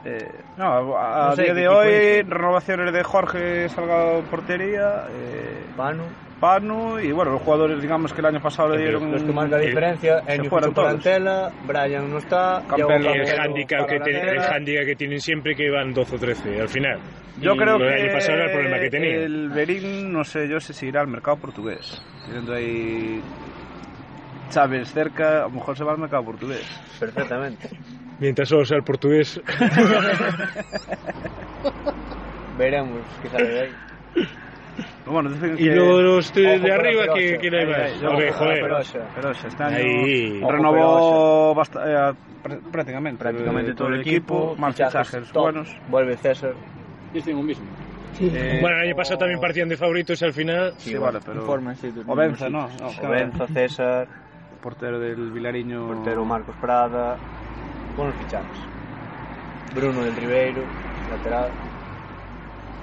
Eh, no, a, a
No sé,
día
¿qué-
de
qué
hoy,
puede ser?
renovaciones de Jorge Salgado en portería, eh,
Pano.
Pano y bueno, los jugadores, digamos que el año pasado le dieron.
Los que marcan la diferencia. Enio
fueron
fichó por
todos.
Antela, Brian no está.
Campbell,
Thiago
el
Campbell
hándicap
para
que
la
tiene- el
Nera.
hándicap que tienen siempre que van 12 o 13 al final.
Yo
Y
creo
lo
que.
del año pasado era el problema que tenía.
El Berín, no sé yo si se irá al mercado portugués. Teniendo ahí. Chávez cerca, a lo mejor se va al mercado portugués.
Perfectamente.
Mientras solo sea el portugués.
Veremos qué sale de ahí.
Pero Pues bueno, dicen
Y
que-
luego los de,
Ojo
de
con
arriba
la
que,
Ferocia.
que no hay
Ahí,
más.
ahí,
ojo
Hombre,
con la
joder.
Ferocia.
Pero eso, este año
Ahí.
renovó basta- eh, pr- prácticamente,
Prácticamente
eh, todo el equipo, más
fichajes
fichajes
top.
buenos.
Vuelve César.
Yo tengo mismo.
Eh,
Bueno, el año pasado también partían de favoritos y al final.
sí, vale, pero...
Infórmense de-
O Benza, no, no,
O Benza, César,
portero del Vilariño.
portero Marcos Prada. Buenos fichajes. Bruno del Ribeiro, lateral.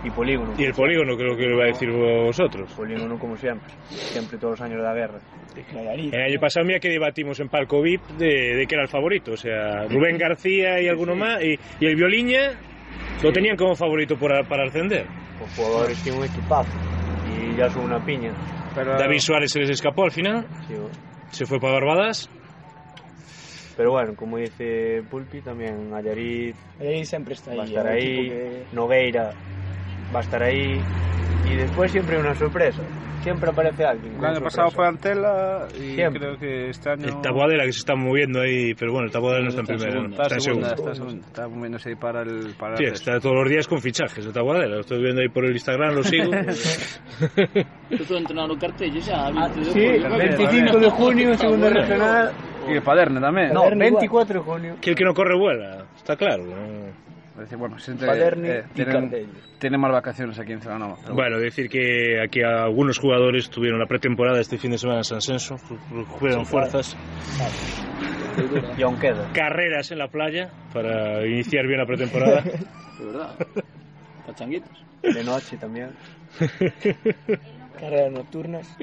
Y Polígono.
Y el polígono creo que lo va a decir vosotros.
Polígono como siempre. Siempre todos los años de la guerra.
El año pasado mira que debatimos en Palco VIP de, de que era el favorito. O sea, Rubén García y alguno más. Y, y el Violiña lo tenían como favorito por- para ascender.
Los jugadores tienen un equipazo. Y ya son una piña.
Pero-
David Suárez se les escapó al final.
Sí, bueno.
Se fue para Barbadas.
Pero bueno, como dice Pulpi, también Ayarit
Ahí siempre está ahí.
va a estar
el
ahí,
equipo que-
Nogueira va a estar ahí. Y después siempre hay una sorpresa. Siempre aparece alguien.
El
con
año
sorpresa.
pasado fue Antela y
Siempre.
creo que este año...
El Taboadela que se está moviendo ahí. Pero bueno, el Taboadela no está en primera. no,
Está, en
segundo.
segunda, está en segunda. Está moviéndose ahí para el... Para
Sí,
el
está todos los días con fichajes el Taboadela. Lo estoy viendo ahí por el Instagram, lo sigo.
Yo estoy entrenando cartellos ya.
Ah,
hablaste de
sí,
fútbol.
25 de junio, segunda regional.
Y el Paderne también.
No,
Palermo igual.
24 de junio.
que el que no corre vuela. Está claro. ¿no?
Es decir, bueno, se entre-
Palermo
eh,
y
tienen,
Cardelli.
tienen más vacaciones aquí en Celanova. pero
Bueno, decir que aquí algunos jugadores tuvieron la pretemporada este fin de semana en San Senso, jugaron fuerzas,
Y aún queda.
carreras en la playa para iniciar bien la pretemporada.
De verdad. Pachanguitos.
De noche también.
Carreras nocturnas.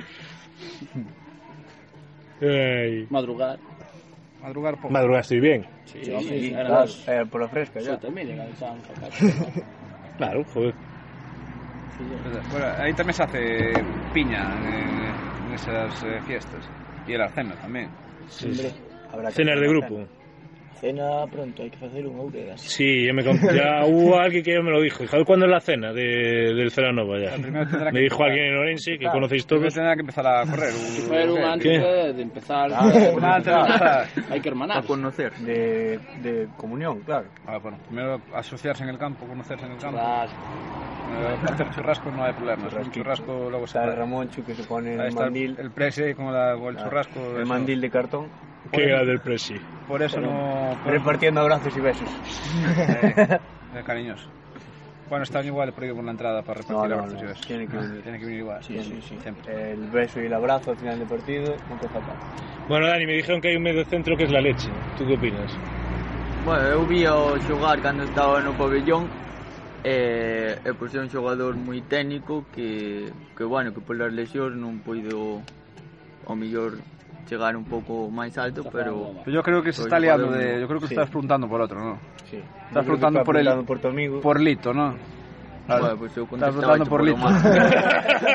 Ay.
Madrugar.
Madrugar poco.
Madrugaste bien.
Sí,
Sí,
hombre,
sí,
eran
Claro,
las
eh, por la fresca ya.
siete y media, cuando estaban por acá. Sí,
Claro, joder.
sí.
Bueno, ahí también se hace piña eh, en esas eh, fiestas. Y el arcena también.
Sí, sí.
Hombre,
Habrá que
Cenas de
hacer una
grupo.
cena pronto, hay que hacer un Auregas.
Sí, ya, me comp- ya hubo alguien que ya me lo dijo. Dijo, ¿Cuándo es la cena de, del Celanova ya?
primero tendrá que
Me dijo
empezar.
alguien en Orense, que
Claro,
conocéis
Primero
todos.
tendrá que empezar a correr. Un,
Fue un antes
¿Qué?
de, de empezar.
Un antes de empezar.
Hay que hermanar.
A conocer.
cena. De, de comunión, claro.
Ah, bueno, primero asociarse en el campo, conocerse en el campo.
Las-
Eh, hacer churrasco no hay problema. Un
Churrasquito.
churrasco luego se
Está el
para.
Ramonchu que se pone
Ahí
el
está el,
mandil.
el prese con, la- con el churrasco.
el
eso.
mandil de cartón.
Que era del Presi.
Por eso no. por-
Repartiendo abrazos y besos.
Eh, eh, cariñoso. Bueno, este año igual le prohíbo la entrada para
No,
repartir
no,
abrazos y
no,
besos.
Tiene que venir.
Tiene que venir igual.
Sí, sí, sí.
Siempre.
El beso y el abrazo al final del partido, no te falta.
Bueno, Dani, me dijeron que hay un medio centro que es la leche. ¿Tú qué opinas?
Bueno, eu vi o xogar cando estaba no pabellón e, e por ser un xogador moi técnico que, que bueno, que polas lesións non poido ao mellor chegar un pouco máis alto, pero
Pero yo creo que se
Soy
está liando
jugador,
de.
¿no?
Yo creo que
Sí.
estás preguntando por otro, ¿no?
Sí.
Estás preguntando por el-
por tu amigo.
Por Lito, ¿no?
bueno, pues pois eu
Estás
contestaba
preguntando por
lo
Lito.
máis.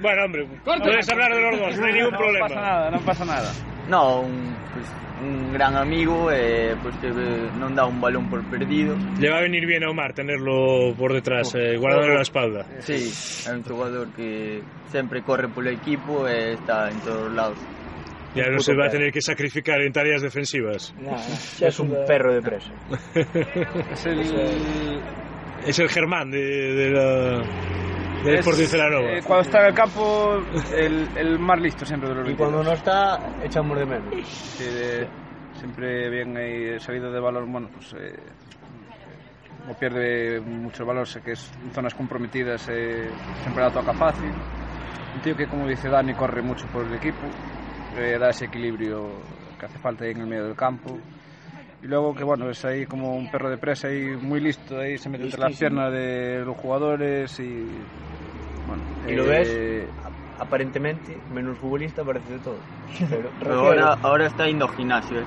Bueno, hombre, puedes hablar de los dos, no hay ningún
No pasa
problema.
nada, no pasa nada.
No, un, pues, un gran amigo e pues, que eh, non dá un balón por perdido.
Le va a venir bien a Omar tenerlo por detrás, eh, guardándole la espalda.
Sí, é un xogador que sempre corre polo equipo e está en todos os lados.
Ya no se va a tener que sacrificar en tareas defensivas.
Nada, ya
Es un perro de presa.
Es el.
Es el Germán de, de la, del
es-
Sporting Celanova.
eh, cuando está en el campo, el, el más listo siempre de los
Y
Lito.
cuando no está, echamos de menos.
Sí, de- siempre bien ahí salido de valor, bueno, pues eh, no pierde mucho el valor, sé que es en zonas comprometidas eh, siempre la toca fácil. Un tío que, como dice Dani, corre mucho por el equipo, eh, da ese equilibrio que hace falta ahí en el medio del campo. Y luego que, bueno, es ahí como un perro de presa, ahí muy listo, ahí se mete entre las
Listísimo.
piernas de los jugadores y... Bueno,
Y lo
eh,
aparentemente, menos futbolista, parece de todo. Pero,
Pero ahora, ahora está yendo al gimnasio. ¿eh?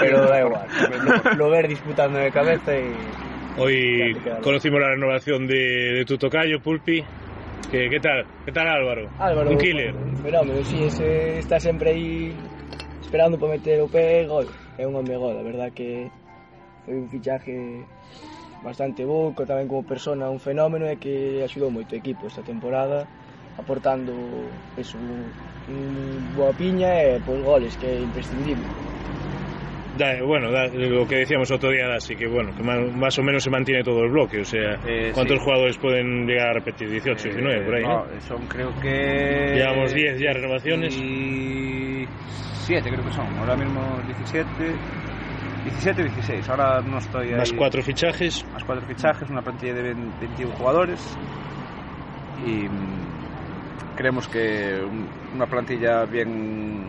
pero da igual. Lo, lo ver disputando de cabeza y.
Hoy
Claro, claro.
conocimos la renovación de, de tu tocayo, Pulpi. ¿Qué, qué tal? ¿Qué tal Álvaro?
Álvaro,
Un killer.
un fenómeno, sí, ese está sempre aí esperando para meter o pé e gol. É un home gol, a verdad que foi un fichaje bastante buco, tamén como persona un fenómeno e que axudou moito o equipo esta temporada aportando eso, un, un boa piña e pois goles que é imprescindible.
Da- bueno, da- lo que decíamos otro día, así que bueno, que más, más o menos se mantiene todo el bloque. O sea,
Eh,
¿cuántos
sí. Eh,
jugadores pueden llegar a repetir? 18, 19, por ahí, ¿no?
no, eh, son creo que...
Llevamos 10 ya renovaciones.
Y 7 creo que son, ahora mismo 17, 17, 16, ahora no estoy ahí.
Más cuatro fichajes.
Más cuatro fichajes, una plantilla de 20 21 jugadores y mm, creemos que un- una plantilla bien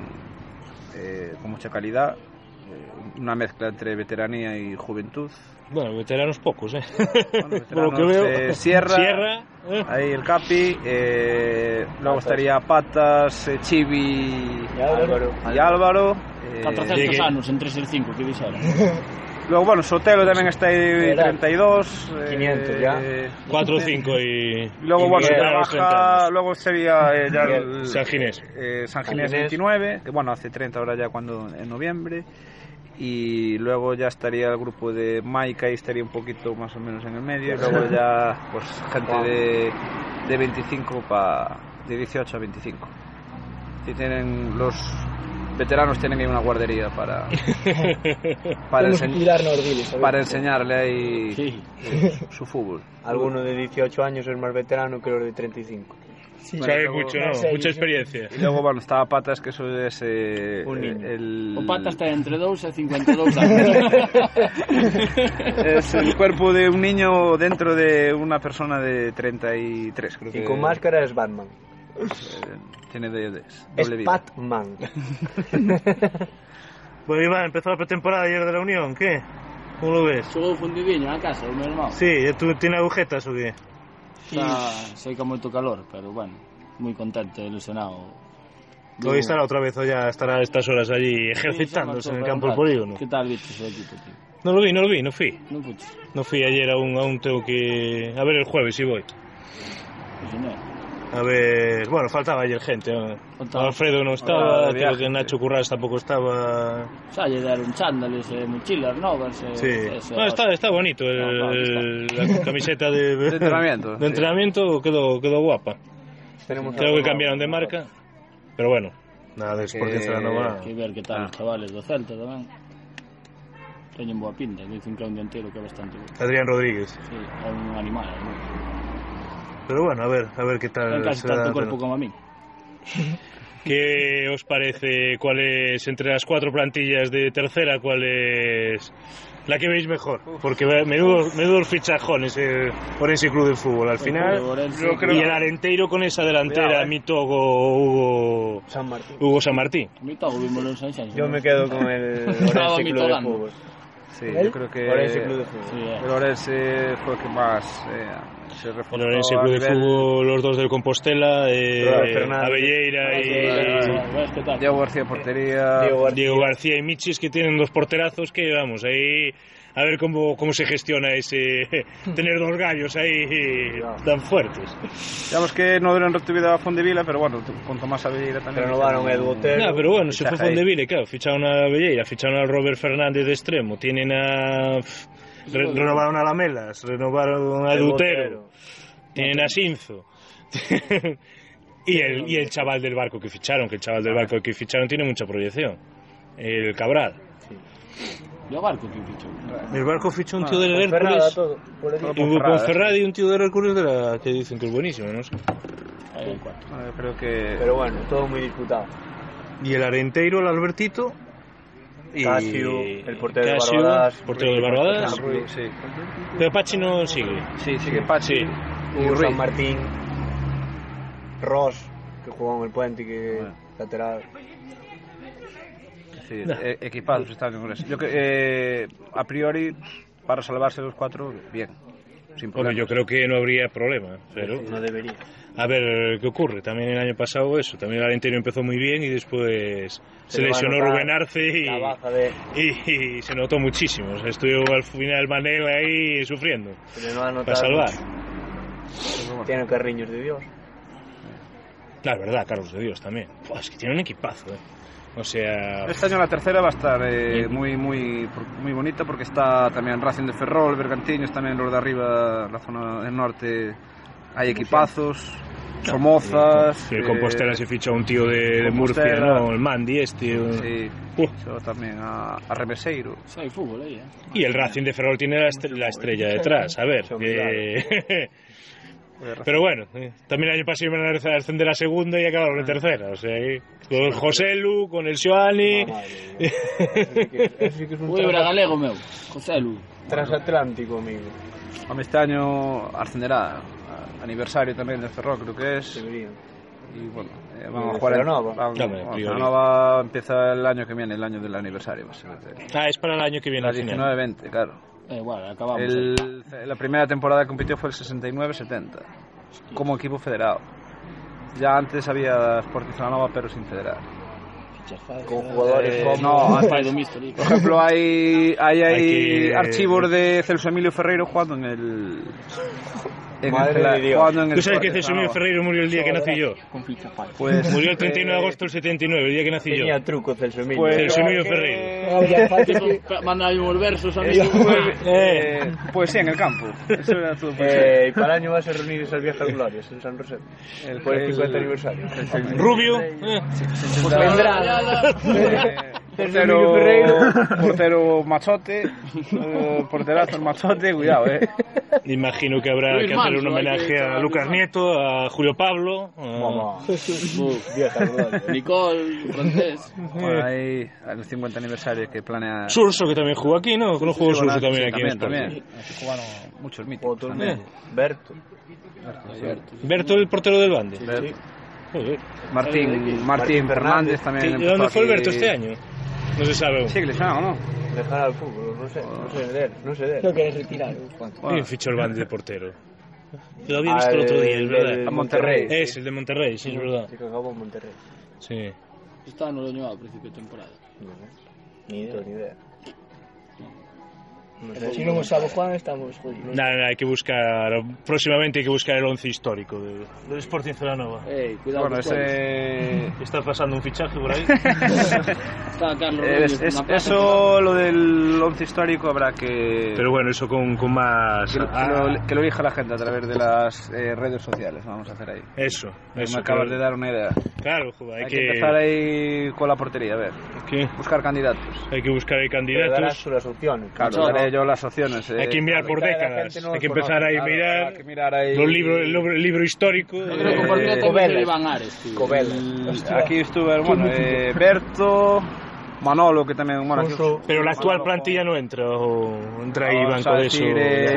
eh, con mucha calidad, eh, una mezcla entre veteranía y juventud.
Bueno, veteranos pocos, ¿eh?
Bueno,
Por lo que
veteranos,
veo.
eh, Sierra,
Sierra, ¿eh?
Ahí el Capi, eh, luego estaría Patas, eh, Chibi
E Álvaro,
y Álvaro. eh,
400
llegué.
anos en 365, que dis ahora.
luego, bueno, Sotelo también está ahí,
Era.
32. eh,
500 ya.
4 o 5 y.
Luego,
y
bueno,
llegan a los 30
Navaja,
años.
luego sería eh, ya el-
San Ginés.
eh, San Ginés
Ginés.
29, que bueno, hace 30 ahora ya cuando en noviembre. Y luego ya estaría el grupo de Maika y estaría un poquito más o menos en el medio. Y luego ya, pues, gente de, de 25 para. de 18 a 25. Si tienen los. Veteranos tienen ahí una guardería para, para,
temos
ense-
que mirar nos diles, a ver.
para enseñarle ahí eh, su, su fútbol.
Alguno de 18 años es más veterano que los de 35.
Sí,
Bueno,
Sabe
luego-
mucho, ¿no?
Sí,
Mucha
sí.
experiencia.
Y luego, bueno, estaba Patas, que eso es eh,
Un niño.
el...
O pata está entre 2 e 52 anos.
Es el cuerpo de un niño dentro de una persona de 33, creo que.
Y con máscara es Batman.
eh, tiene de, de-
Es
doble vida.
Batman.
Bueno, Iván, empezó la pretemporada ayer de la Unión, ¿qué? ¿Cómo lo ves?
Chegou o fundidiño a casa, o meu irmão.
Sí, ¿tú tienes agujetas o qué?
Está, sei que é moito calor, pero bueno, moi contento, ilusionado.
Hoy estará otra vez o ya estará a estas horas allí ejercitándose en el campo del polígono.
Que tal vistes o equipo, tío?
No lo vi, no lo vi, no fui.
Non puches?
No fui ayer aún, aún tengo que... A ver el jueves si voy.
Pois non.
A ver... Bueno, faltaba ayer gente. ¿no?
Faltaba.
Alfredo no
Faltaba
estaba,
de
creo
viaje,
que Nacho Currás tampoco estaba...
Xa lle deron chándales eh, e mochilas novas e...
Sí.
e- e-
No, está, está bonito el-
No, claro que
la camiseta de...
De entrenamiento.
de entrenamiento quedó, quedó guapa.
Tenemos
Creo que cambiaron de marca, pero bueno. Nada, es porque
Eh,
Celanova...
Que ver que tal
Ah.
os chavales do Celta tamén. Teñen boa pinta, dicen que é un dianteiro que é bastante bo.
Adrián Rodríguez.
Sí, é un animal, é moi.
Pero bueno, a ver, a ver qué tal...
Ten casi
se da
tanto
la
corpo como a min.
¿Qué os parece? ¿Cuál es, entre las cuatro plantillas de tercera, cuál es la que veis mejor? Porque ve- menudo, menudos fichajones eh, Orense Club del Fútbol al final.
Yo
Y el Arenteiro con esa delantera, Mitogo, Hugo,
San
Uh.
Martín.
Hugo San Martín.
A mí todo vimos en San Xenxo.
Yo me quedo con el Orense Club de
mitolando.
Fútbol.
Sí,
¿El?
yo creo que.
Orense Club de Fútbol.
Sí, eh. é.
El Orense fue el que más eh, se reforzó.
El Orense
a
Club de
nivel-
Fútbol, los dos del Compostela,
Claro,
eh,
Fernández. Ah,
Abelleira
eh,
y
Ves que tal.
Diego García Portería.
Diego García.
Diego García y Michis, que tienen dos porterazos que, vamos, ahí... A ver cómo, cómo se gestiona ese tener dos gallos ahí tan fuertes.
Digamos que no dieron retuvido a Fondevila, pero bueno, t- con Tomás Avellera también.
Renovaron a Edu Otero.
No, pero bueno, se
Fichaje
fue
ahí.
Fondeville, claro, ficharon a Belleira, ficharon a Robert Fernández de extremo, tienen a... pff, re- renovaron a Lamelas, renovaron a Dutero, tienen a Sinzo. y, el, y el chaval del barco que ficharon, que el chaval del barco que ficharon tiene mucha proyección, el Cabral.
Yo barco que fichou.
El barco fichó un tío del
Ferrada,
Hércules,
todo. Por el-
y hubo Ferrari y un tío del Hércules de la que dicen que es buenísimo, ¿no? sé.
Aí hai cuatro.
Bueno, yo creo que.
Pero bueno, todo muy disputado.
Y el Arenteiro, el Albertito... y-
Casio, el portero del
Casio,
Barbadás,
portero del Barbadás.
Ruiz, sí.
Pero Pachi no sigue.
Sí, sí que Pachi.
Sí.
Y
Hugo
Ruiz.
San Martín, Ross, que jugaba en el puente, que lateral.
Sí, e- equipados están en Orense. Yo que, eh, a priori, para salvarse los cuatro, bien. sin
Bueno,
problema.
yo creo que no habría problema, pero... No debería. A ver, ¿qué ocurre? También el año pasado eso, también el Alenteiro empezó muy bien y después se,
le va a
lesionó
notar
Rubén Arce y,
La baza de...
y- y se notó muchísimo. O sea, estuvo al final Manel ahí sufriendo
Pero no va a notar...
para salvar.
Tienen carriños de Dios.
La verdad, Carlos de Dios también. Buah, es que tiene un equipazo, ¿eh? O sea...
Este año la tercera va a estar eh, muy, muy, muy bonita porque está también Racing de Ferrol, Bergantiños, también los de arriba, la zona del norte, hay equipazos, Somozas,
Sí, el
eh,
Compostela se ficha un tío de, de Murcia,
Compostela.
¿no? El Mandi este. o-
sí,
Uh.
fichó también a, a Remeseiro.
Sí, hay fútbol ahí, ¿eh?
Y el Racing de Ferrol tiene la, est- la estrella detrás, a ver. eh, pero bueno, eh, también el año pasado iban a ascender a segunda y
Mm.
acabaron en tercera. O sea, eh, con José Lu, con el Sioani.
Eso sí que es un
Ui, bragalego, meu. José Lu.
transatlántico, amigo.
Hombre, este año ascenderá, a- aniversario también del Ferrol creo que es,
Debería.
y bueno, eh,
Y
vamos
de
a jugar en-
Celanova.
vamos-
Ya, hombre,
vamos,
priori.
Celanova empieza el año que viene, el año del aniversario, básicamente.
Ah, es para el año que viene
La
al final.
19-20, claro.
Da igual, Eh, acabamos. ahí.
El- la primera temporada que compitió fue el 69-70, como equipo federado. Ya antes había Sporting Celanova, pero sin federar.
Con jugadores
Eh,
como...
no,
Fai
antes,
do eh. Mystery.
por ejemplo, hay, hay, hay
Aquí, eh,
archivos de Celso Emilio Ferreiro jugando en el... en
Madre
Cela-
de Dios.
jugando en el
¿Tú sabes que
Sporting
Jesús Emilio
Celanova.
Ferreiro murió el día que nací yo?
Pues,
Murió el 31 de
eh,
agosto del 79, el día que nací yo.
Tenía truco Celso Emilio.
Pues-
Jesús Emilio Ferreiro.
Tipo, Manda aí uns versos a mí.
eh, pues sí, en el campo. Eso era todo. pues,
Eh, y para el año vas a reunir esas viejas glorias en San Rosendo.
Pues el-
Por el
el-
50 aniversario.
Rubio. eh,
Pues Eh, portero, portero machote, eh, porterazo machote, cuidado, eh.
Imagino que habrá
Luis
que hacer un
Manso, hay que
homenaje
echar a
a
Luis
Lucas
Manso.
Nieto, a Julio Pablo. a-
Viejas glorias.
Nicole, francés.
Bueno, ahí al 50 aniversario que planea.
Surso, que también jugó aquí, ¿no? Que no jugó
Sí, bueno,
Surso también
sí,
aquí en España.
también. Así Jugaron muchos mitos.
Otro
también.
también. Berto.
Berto, el portero del Bande.
Berto.
Joder.
Martín, Martín Fernández también.
¿Y
empezó
dónde fue el
aquí.
Berto este año? No se sabe aún.
Sí, que le suena, ¿o no?
Dejar al fútbol, no sé. No sé de él. No sé de él.
Creo que eres retirar.
Bueno,
¿Quién fichó el Bande de portero? Lo había
Ah,
visto el otro día,
el
es
del
verdad.
Monterrey.
Es el de Monterrey, sí, es verdad.
Sí, que acabó en Monterrey.
Sí.
Está no lo al principio de temporada.
No sé. Ni idea. Ni idea. No
Si non o sabe Juan, estamos jodidos.
Nada, nada, hay que buscar. Próximamente hay que buscar el once histórico de- del Sporting Celanova.
Ey, cuidado
bueno,
con
este
ese.
Está pasando un fichaje por ahí.
Está Carlos
Eh,
Reyes,
es- es-
una plaza
eso, lo del once histórico, habrá que.
Pero bueno, eso con, con más.
que, lo-
ah,
que lo, que lo elija la gente a través de las eh, redes sociales. Vamos a hacer ahí.
Eso, eso.
Me acabas
claro.
de dar una idea.
Claro, joder,
Hay,
hay,
que... empezar ahí con la portería, a ver.
que-
Buscar candidatos.
hay que buscar ahí
Pero darás
candidatos.
tú las opciones.
Claro,
Mucho,
daré
¿no?
yo las opciones. eh.
Hay que mirar
La
por
mitad de la
décadas.
gente no
Hay que
los
empezar
conoce,
ahí a
claro,
mirar
habrá que mirar ahí.
Los libros, el libro, el libro histórico.
Yo creo que por mí
Eh,
no tengo que ser
Cobeles.
Iván Ares, tío.
Cobel.
Aquí estuve, bueno, eh, Berto, Manolo, que también, bueno, aquí-
Alonso.
Pero la actual
Manolo,
plantilla no entra, o entra ahí
Vamos
Banco
a
de eso.
decir, eh,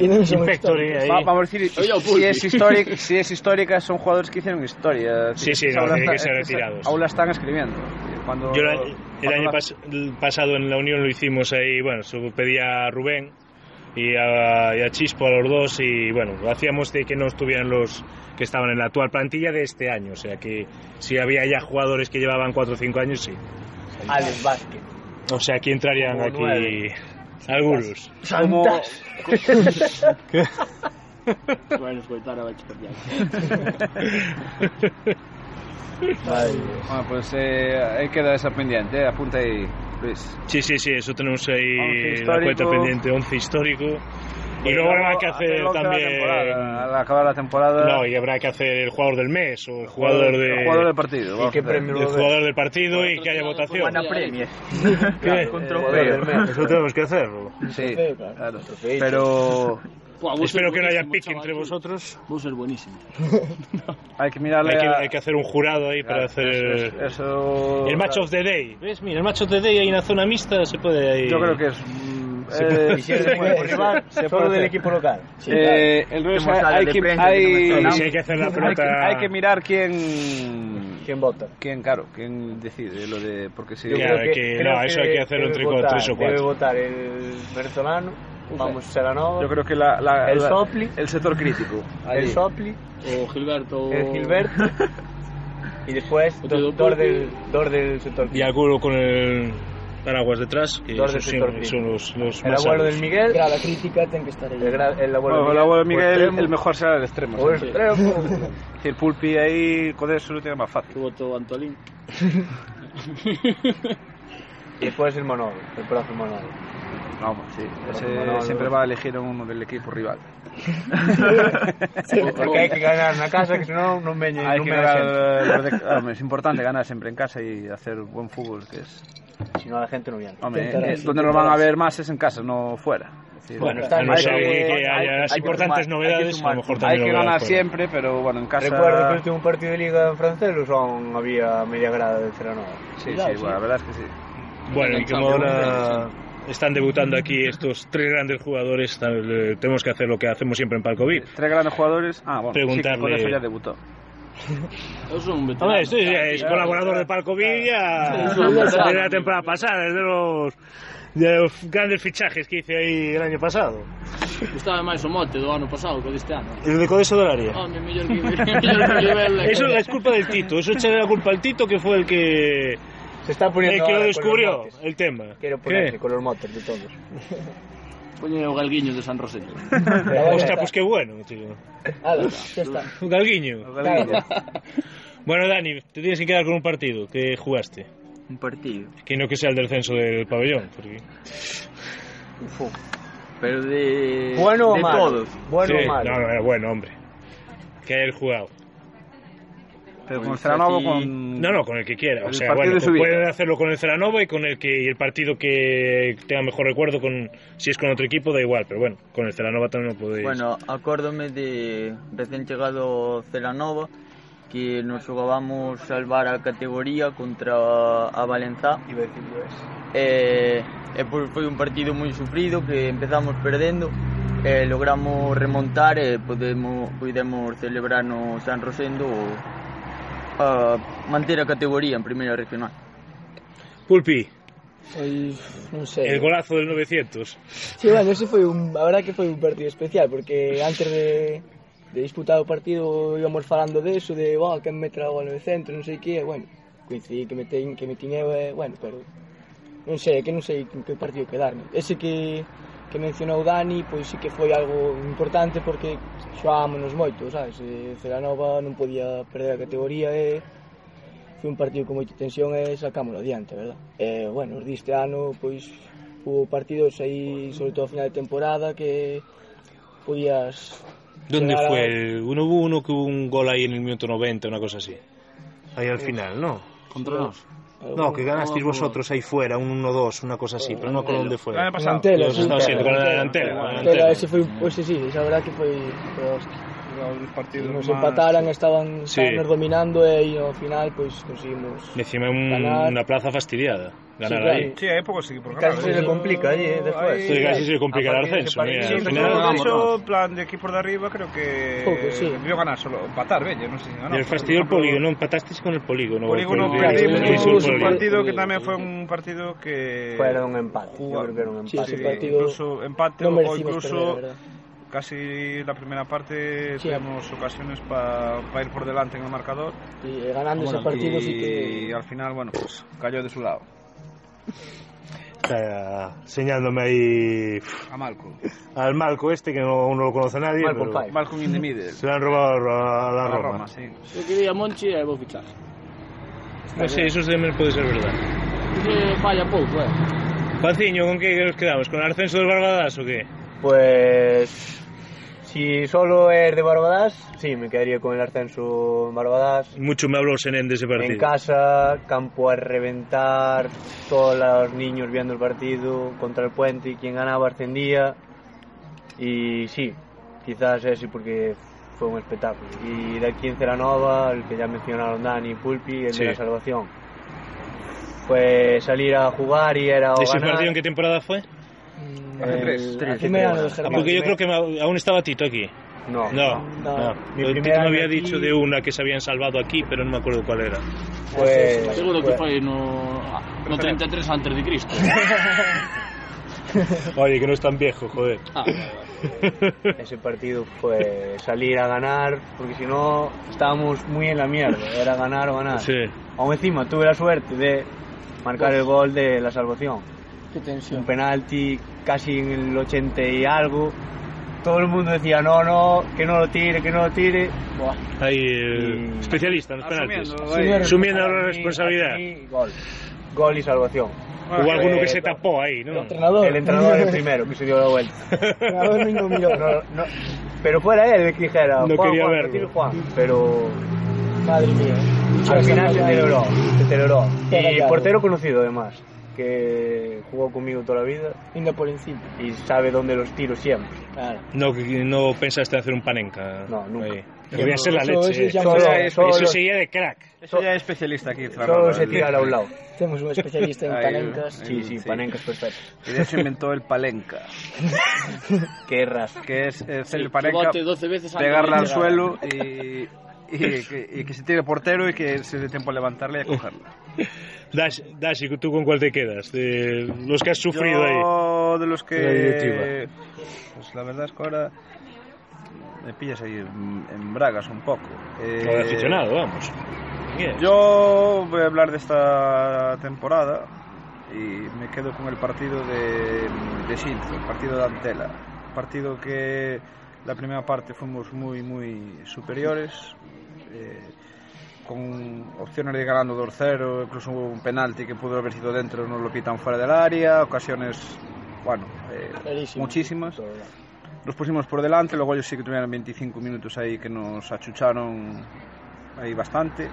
E non son
Inspectori
va-
ahí.
vamos a decir,
Oye,
si
Pulpi.
es, histórica, si es histórica, son jugadores que hicieron historia.
Sí, sí, no,
Ahora
tiene que
está-
ser
es-
retirados.
Aún la están escribiendo. Cuando,
Yo la- el
cuando
año
la-
pas- el pasado en la Unión lo hicimos ahí, bueno, se lo pedía a Rubén y a, y a Chispo a los dos y bueno, lo hacíamos de que no estuvieran los que estaban en la actual plantilla de este año, o sea que si había ya jugadores que llevaban 4 o 5 años, sí.
Alex Vázquez.
O sea, aquí entrarían
Como
aquí
nueve.
algunos.
como-
Vai nos coitar a Bachi Perdián.
Bueno, pues eh, ahí queda esa pendiente, eh, apunta ahí, Luis.
Sí, sí, sí, eso tenemos
Once
ahí la
histórico. Pues
cuenta pendiente, 11 histórico. Y luego habrá que hacer
Hacerlo cada temporada,
también...
Al acabar la temporada.
No, y habrá que hacer el jugador del mes o el jugador de...
el jugador del partido.
¿Y
vamos
qué
a hacer.
premio
el
lo ves?
jugador del partido y que haya votación.
Buena premia.
¿Qué?
Eh,
Con
Joder,
trofeo.
hermano.
Eso tenemos que hacerlo.
Sí,
Trofeo, claro.
claro.
Trofeo.
Pero
Pua, vos
Espero
sos
que no haya
buenísimo,
pique
chaval,
entre
tío.
vosotros.
Vos sos buenísimo.
hay que mirarle.
Hay que,
a-
hay que hacer un jurado ahí para
Claro,
hacer
eso- eso-
el,
eso-
el match of the day. ¿Ves? Mira, el match of the day ahí en la zona mixta se puede ahí.
Yo creo que es. mm,
Se
eh,
puede-
Y si eres del equipo rival,
se
solo
puede
del
hacer.
equipo local.
Eh, el rollo es
Como sale
hay
de
que
prensa,
hay,
que no me
Y
suena.
si hay que hacer la
hay que-
pelota.
hay que mirar quién
¿Quién vota?
quién claro quién decide lo de porque si
Claro, hay que- no, eso hay que hacerlo
debe
entre con tres o
Debe
cuatro.
votar el venezolano, vamos Seranova,
Yo creo que la, la-
El
la-
Sopli.
el sector crítico.
el
allí.
Sopli,
Eh,
O Gilberto.
el Gilberto y después
Uh. Otro
dos,
doble.
dos del, dos del sector
Y al culo con el paraguas detrás, que
Dos de
esos sí,
sector
son los, los
El
más
abuelo
sanos.
del Miguel,
Grava crítica ten que estar aí.
el, gra- el
Bueno, pues, eh,
abuelo del Pues
el abuelo
o
Miguel,
extremo,
el mejor será el extremo.
o
sí.
extremo.
Es decir, Pulpi ahí, con eso lo tiene más fácil.
Que votó Antolín.
y después el Manolo, el profe Manolo.
Vamos, sí. Ese
Manolo.
siempre va a elegir a uno del equipo rival.
Porque hay que ganar na casa, que senón non veñen,
Hay
non
que
ven a xente.
ganar, los de- hombre, es importante ganar siempre en casa y hacer buen fútbol, que es...
Si non a gente non viene.
Hombre,
Intentarás,
eh, donde nos van a ver más es en casa, no fuera. Es decir,
Bueno,
Está
a no
bien.
ser
Hay que-
que
hay-
haya las
hay que
importantes
sumar, hay que
novedades, a
sumar.
lo mejor
hay
también
que
lo verás
ganar
fuera.
siempre, pero bueno, en casa...
Recuerdo que o último partido de Liga en Francelo son había media grada de Ceranova.
Sí, sí, bueno, la verdad es que sí.
Bueno, y como ahora están debutando aquí estos tres grandes jugadores, tal, eh, tenemos que hacer lo que hacemos siempre en Palco VIP.
Tres grandes jugadores... Ah, bueno, sí, que con
Preguntarle-
eso ya debutó.
Es un veterano.
Hombre, este ya es colaborador de Palco VIP ya desde la temporada pasada, desde los, de los grandes fichajes que hice ahí el año pasado.
Gustaba máis o mote do ano pasado co deste ano. Oh,
El de Codeso del Área.
Home, mellor que mellor eh, que Gilberto.
Eso es culpa del Tito, eso echarle la culpa al Tito que fue el que,
Se
el
está poniendo
que lo
ahora
descubrió
con los motes.
el tema.
Quiero
¿Qué?
ponerse con los motes de todos.
Poñe o galguiño de San Rosendo.
Ostras, pues qué bueno, tío.
Ala, xa está.
Un galguiño. Bueno, Dani, te tienes que quedar con un partido que jugaste.
Un partido.
Que no que sea el del censo del pabellón. Porque...
Pero de.
Bueno o
de
malo.
todos.
Bueno
Sí,
o malo.
No, no, era bueno, hombre. Que hayas jugado.
Pero con
Pues
Ceranova
aquí-
con...
No, no, con el que quiera. O
El
sea,
partido
bueno, pues
de su vida.
pueden hacerlo con el Ceranova y con el que y el partido que tenga mejor recuerdo con si es con otro equipo da igual, pero bueno, con el Ceranova también lo podéis.
Bueno, acórdome de recién llegado Celanova que nos xogábamos salvar a categoría contra a Valenzá
Iba a decir yo eso.
e, e pois foi un partido moi sufrido que empezamos perdendo e logramos remontar e podemos, podemos celebrar no San Rosendo o, a manter a categoría en primeira regional
Pulpi,
Foi, non sei.
el
Eh.
golazo del 900.
Sí, bueno, ese foi un, a verdad que foi un partido especial porque antes de, de disputar o partido íbamos falando de eso, de, "Buah, quen meterá o gol no centro, non sei que, e, bueno, coincidí que metín, que metín eu, e, bueno, pero non sei, é que non sei en que partido quedarme. Ese que que mencionou Dani, pois sí que foi algo importante porque xoámonos moito, sabes? E Celanova non podía perder a categoría e foi un partido con moita tensión e sacámolo adiante, verdad? E, bueno, os diste ano, pois, hubo partidos aí, sobre todo a final de temporada, que podías...
¿Dónde
llegar a-
fue? El, uno hubo uno que hubo un gol ahí en el minuto 90, una cosa así. Ahí al final, ¿no?
Contra nós.
No, que ganasteis vosotros ahí fuera, un 1-2, una cosa así, pero no con dónde fue.
Ah, pasado.
Delantela,
Los
sí.
Estados Unidos, con la delantera,
Delantela.
con la
Pero
delantera.
ese foi, pois sí, sí, esa verdad que foi... pero, hostia,
El partido
Nos
más-
empataran, estaban,
Sí.
estaban nos dominando e aí ao final, pois, conseguimos...
Encima un-
Ganar.
una plaza fastidiada. Ganar
claro.
ahí.
Sí, hay pocos equipos
Casi
ganados.
se le complica allí, eh, después.
Sí, casi se complica el ascenso. mira,
Sí,
al
pero
final-
de eso, en plan de equipos de arriba, creo que
Poco, sí.
debió ganar solo, empatar, Bello, no sé si ganó.
Y el fastidio del polígono, empatasteis con el polígono.
Polígono
con el-
claro,
perdimos,
sí,
con el
sí,
un
polígono.
partido que también fue un partido que...
Fuera un empate. Yo
Jugar.
creo que era un
Sí,
empate.
ese partido
incluso empate
non
o
merecimos perder, a
incluso
verdad.
casi la primera parte
Sí.
tuvimos ocasiones para ir por delante en el marcador
E e ganando ese partido
y
sí que...
al final, bueno, pues cayó de su lado.
Está enseñándome ahí pf,
A Malcolm.
al Malco este, que no, aún no lo conoce nadie.
Malcolm
pero
Five.
Malcolm in the middle.
Se lo han robado a la,
A
Roma.
Roma, sí.
Eu quería a Monchi e vou fichar.
No sé, eso también puede ser verdad.
Que falla pouco, eh.
Paciño, ¿con qué nos quedamos? ¿Con el ascenso del Barbadas o qué?
Pues si solo es de Barbadas, sí, me quedaría con el ascenso en Barbadas.
Mucho me habló Senén de ese partido.
En casa, campo a reventar, todos los niños viendo el partido, contra el puente y quien ganaba ascendía. Y sí, quizás ese porque fue un espectáculo. Y de aquí en Ceranova, el que ya mencionaron Dani y Pulpi, el
Sí.
de la salvación. Pues salir a jugar y era o
¿Ese
ganar.
partido en qué temporada fue?
Mm,
Hace
el-
tres,
a
tres,
primeira ano de
tres. Ah,
Ah,
Germán.
porque yo creo que me- aún estaba Tito aquí.
No,
No,
No.
no.
Mi
Tito
primera
me había
aquí-
dicho de una que se habían salvado aquí, pero no me acuerdo cuál era.
pues,
Seguro que
pues-
foi no no 33 antes de Cristo.
Oye, que no es tan viejo, joder.
Ah,
Ese partido fue salir a ganar, porque si no estábamos muy en la mierda, era ganar o ganar.
Ah. Sí. Pues
Aún encima tuve la suerte de marcar el gol de la salvación.
Qué tensión.
Un penalti casi en el 80 y algo. Todo el mundo decía, no, no, que no lo tire, que no lo tire.
Buah.
Ahí, eh,
Y-
especialista en los penaltis.
vaya.
Asumiendo la
Para mí,
responsabilidad.
para mí, Gol. Gol y salvación.
Hubo alguno que
eh,
se
no.
tapó ahí, ¿no?
entrenador.
El entrenador el primero que se dio la vuelta.
entrenador no miró.
No, no, pero fuera él el que dijera,
No
Juan,
quería
Juan,
verlo.
tira Juan. Pero
Madre mía.
al final se celebró, se celebró.
Qué
Y
rayado.
portero conocido además, que jugó conmigo toda la vida
Inda por encima.
y sabe dónde los tiro siempre.
Claro.
No, no pensaste hacer un panenca.
No, nunca.
Ahí. Debería ser la
Eso-
leche.
eso ya-
eh.
Solo,
Eso,
solo-
sería de crack.
Eso ya es especialista aquí. Ferran,
solo
¿vale?
se tira a un lado.
Tenemos un especialista en
Ahí,
palencas.
ahí.
Sí, sí,
Sí.
panencas perfectas.
Y de hecho inventó el palenca,
Qué raza.
que es, es
Sí,
el
que
palenca
bote 12 veces antes de
pegarla al
llegar.
suelo y, y que, y que se tire el portero y que se dé tiempo a levantarla y a cogerla.
Dash, Dash, ¿y ¿tú con cuál te quedas? De los que has sufrido ahí.
Yo de
De
los que... Pues la verdad es que ahora me pillas ahí en, en bragas un poco. Eh,
Como de aficionado, vamos.
Yo voy a hablar de esta temporada y me quedo con el partido de, de Sitges, el partido de Antela. Partido que la primera parte fuimos muy, muy superiores, eh, con opciones de ir ganando 2-0, incluso hubo un penalti que pudo haber sido dentro, nos lo pitan fuera del área, ocasiones, bueno, eh,
Clarísimo.
muchísimas. Nos pusimos por delante, luego ellos sí que tuvieron 25 minutos ahí que nos achucharon ahí bastante.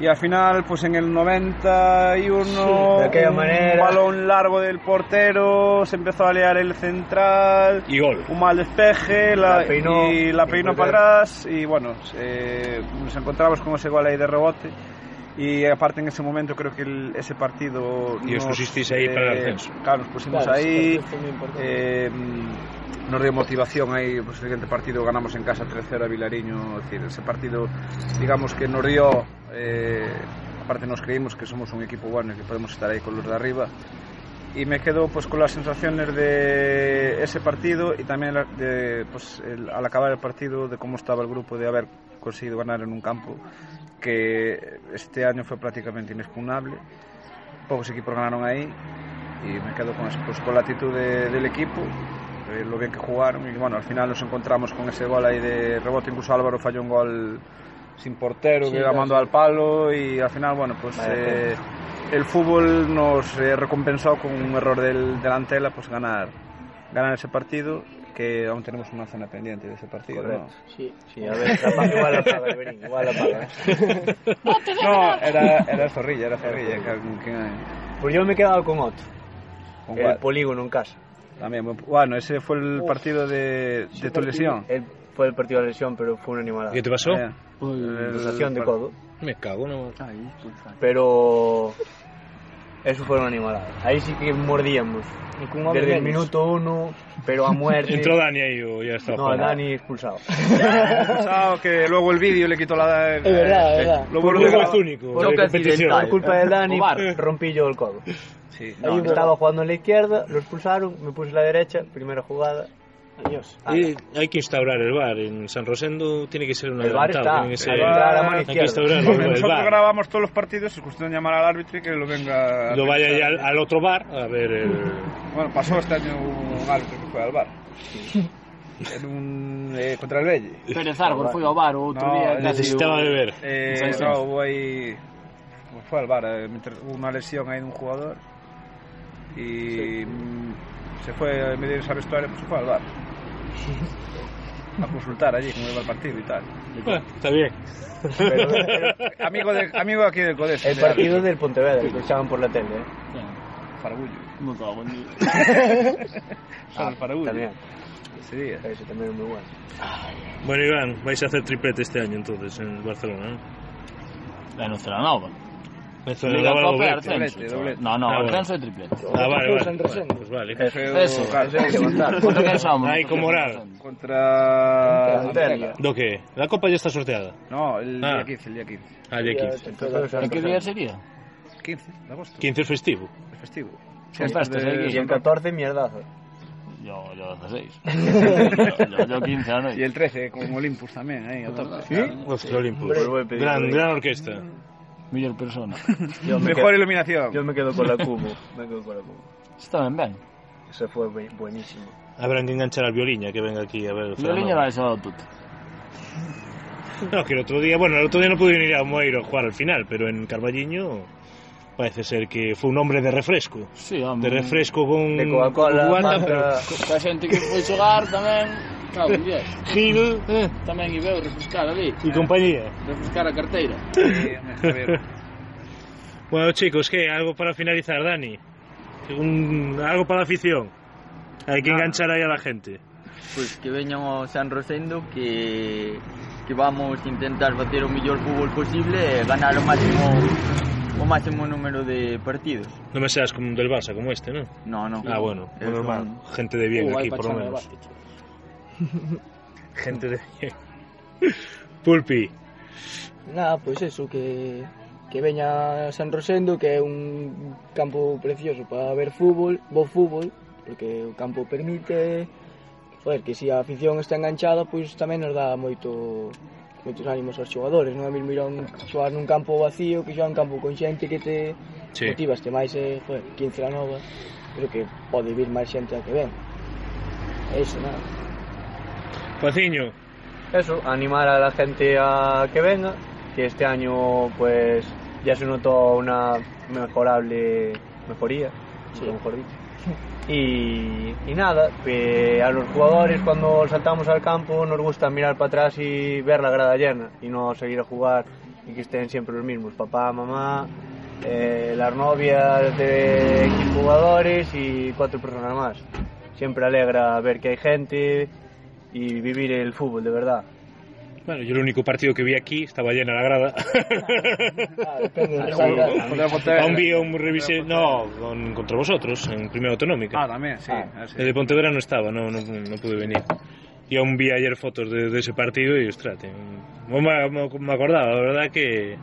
Y al final, pues en el 91,
de aquella
un
manera.
balón largo del portero, se empezó a liar el central,
Y gol.
un mal despeje, la,
La peinó.
y la peinó
Muy
para
bien.
atrás y bueno, eh, nos encontramos con ese gol ahí de rebote. Y aparte en ese momento creo que el- ese partido...
Y os
nos, eh,
pusisteis ahí para el ascenso.
Claro, nos pusimos
Claro,
ahí,
eso fue muy importante.
eh, nos dio motivación ahí, pues el siguiente partido ganamos en casa 3-0 a Vilariño, es decir, ese partido digamos que nos dio, eh, aparte nos creímos que somos un equipo bueno y que podemos estar ahí con los de arriba. Y me quedo pues con las sensaciones de ese partido y también la- de, pues, el- al acabar el partido de cómo estaba el grupo de haber conseguido ganar en un campo que este año fue prácticamente inexpugnable. Pocos equipos ganaron ahí y me quedo con, eso, pues, con la actitud de- del equipo, eh, lo bien que jugaron y bueno, al final nos encontramos con ese gol ahí de rebote, incluso Álvaro falló un gol sin portero,
Sí,
que la mandó al palo y al final, bueno, pues
Vaya
eh, el fútbol nos eh, recompensó con un error del delantela, pues ganar, ganar ese partido, que aún tenemos una zona pendiente de ese partido. ¿no?
Correcto.
Sí.
Sí, a ver, capaz que igual la paga, Iberín, igual la paga.
No, era, era Zorrilla, era Zorrilla. que- que-
Pues yo me he quedado con otro,
con
el
Guad-
polígono en casa.
también, buen- bueno, ese fue el partido de, de tu lesión.
Él fue el partido de la lesión, pero fue una animalada.
¿Qué te pasó?
Eh, el-
Sensación de codo.
Me cago, no.
pero eso fue una animalada. Ahí sí que mordíamos.
Y con un hombre
Desde el
menos.
minuto uno, pero a muerte.
Entró Dani ahí o ya está.
no,
fuera?
Dani expulsado.
Pasado que luego el vídeo le quitó la. eh,
Es verdad, es verdad.
Lo
Por
volvió a-
juego único.
Por
de
culpa-
competición.
Por culpa de Dani,
O VAR.
rompí yo el codo.
Sí,
No, estaba jugando en la izquierda, lo expulsaron, me puse en la derecha, primera jugada.
Adiós.
Ah,
Eh, hay que instaurar el bar. En San Rosendo tiene que ser una
El VAR está.
Tiene que ser...
El VAR a mano
Hay que
izquierda.
instaurar
Porque
el
Nosotros
bar.
grabamos todos los partidos, es cuestión de llamar al árbitro y que lo venga. a
Lo vaya ya
revisar.
al, al otro bar a ver el.
Bueno, pasó este año un árbitro que fue al bar. En un. eh, contra el Belle.
Pérez Árbol fue a bar otro
No,
día. casi
Necesitaba
hubo-
beber.
Eh,
Sí, sí.
no, hubo ahí. pues Fue al bar, eh, mientras hubo una lesión ahí de un jugador. Y. mm, Se fue, en medio de esa vestuario, pues se fue al bar. A consultar allí cómo iba el partido y tal.
Bueno, está bien.
Pero, pero
Amigo, de, amigo aquí del Codés.
el partido del Pontevedra, que echaban por la tele, ¿eh?
Ya,
Fargullo.
como todo, buen día.
Ah, el Fargullo. eh.
También,
Ese día.
ese también es muy bueno.
Bueno, Iván, vais a hacer triplete este año entonces en Barcelona. ¿eh?
La nuestra nova.
Esto de
Liga
grabar
Copa
doblete.
Arcenso,
doblete,
chaval.
doblete.
No, no,
Ah, bueno.
Arcenso y triplete.
Ah, vale,
Cruz
vale.
en Rosendo.
Bueno, pues vale.
Fue
Eso.
claro,
Eso hay que aguantar.
¿Cuánto cansamos?
Ahí, con moral.
Contra.
Antela.
¿Lo que? ¿La copa ya está sorteada?
No, el
Ah.
día 15, el día 15.
Ah, ya 15.
Entonces,
¿En qué día sería?
15 de agosto.
15 es festivo.
Es festivo.
Contaste,
De-
seguí.
son 14 mierdazo.
Yo, yo 16. yo, yo, yo 15 a
Y el 13 con Olympus también, ahí, a tope.
Hostia, Olympus.
Gran, gran orquesta.
Mellor persona.
Yo me,
Mejor
quedo,
iluminación.
yo me quedo con la cubo. Me quedo con la cubo.
Estaban ben.
Eso fue bu- buenísimo.
Habrán que enganchar al violiña que venga aquí a ver. o sea,
Yo liña
no.
la he salado tuta.
No, que el otro día, bueno, el otro día no pudieron ir a Moeiro a jugar al final, pero en Carballiño parece ser que fue un hombre de refresco.
Sí, home.
Mm. De refresco con
De Coca-Cola,
con guanta,
manga.
Coa xente que foi xogar tamén, claro, un día.
pero Gil eh,
Tamén ibeu refrescar ali,
y compañía.
refrescar a carteira.
Bueno, chicos, ¿qué? Algo para finalizar, Dani. Un- algo para la afición. Hay que enganchar ahí a la gente.
Pois que veñan ao San Rosendo que que vamos intentar facer o mellor fútbol posible e ganar o máximo o máximo número de partidos.
No me seas como un del Barça, como este, ¿no?
No, no.
Ah, bueno,
Es un-
normal. Gente de bien
Uh, hai
aquí, por lo
pachanga de
menos.
básquet.
Gente de bien. Pulpi,
Nada, pois eso, que, que veña a San Rosendo, que é un campo precioso para ver fútbol, bo fútbol, porque o campo permite, joder, que se a afición está enganchada, pois tamén nos dá moito moitos ánimos aos xogadores, non é mesmo ir a un, xogar nun campo vacío que xogar un campo con xente que te
Sí.
motivas, te máis, eh, joder, 15 a nova, creo que pode vir máis xente a que ven. É iso, nada.
Paciño,
Eso, animar a la gente a que venga, que este año pues ya se notó una mejorable mejoría,
Sí.
nunca mejor dicho. Y, y nada, que Eh, a los jugadores cuando saltamos al campo nos gusta mirar para atrás y ver la grada llena y no seguir a jugar y que estén siempre los mismos, papá, mamá, eh, las novias de X jugadores y cuatro personas más. Siempre alegra ver que hay gente y vivir el fútbol de verdad.
bueno, yo el único partido que vi aquí estaba llena la grada.
Ah, depende de
Aún vi un revisé, no, con- contra vosotros, en Primera Autonómica.
Ah, también, sí. ah, sí.
El de Pontevedra no estaba, no, no, no pude venir. Y aún vi ayer fotos de, de ese partido y, ostras, te- no me, me- me acordaba, la verdad que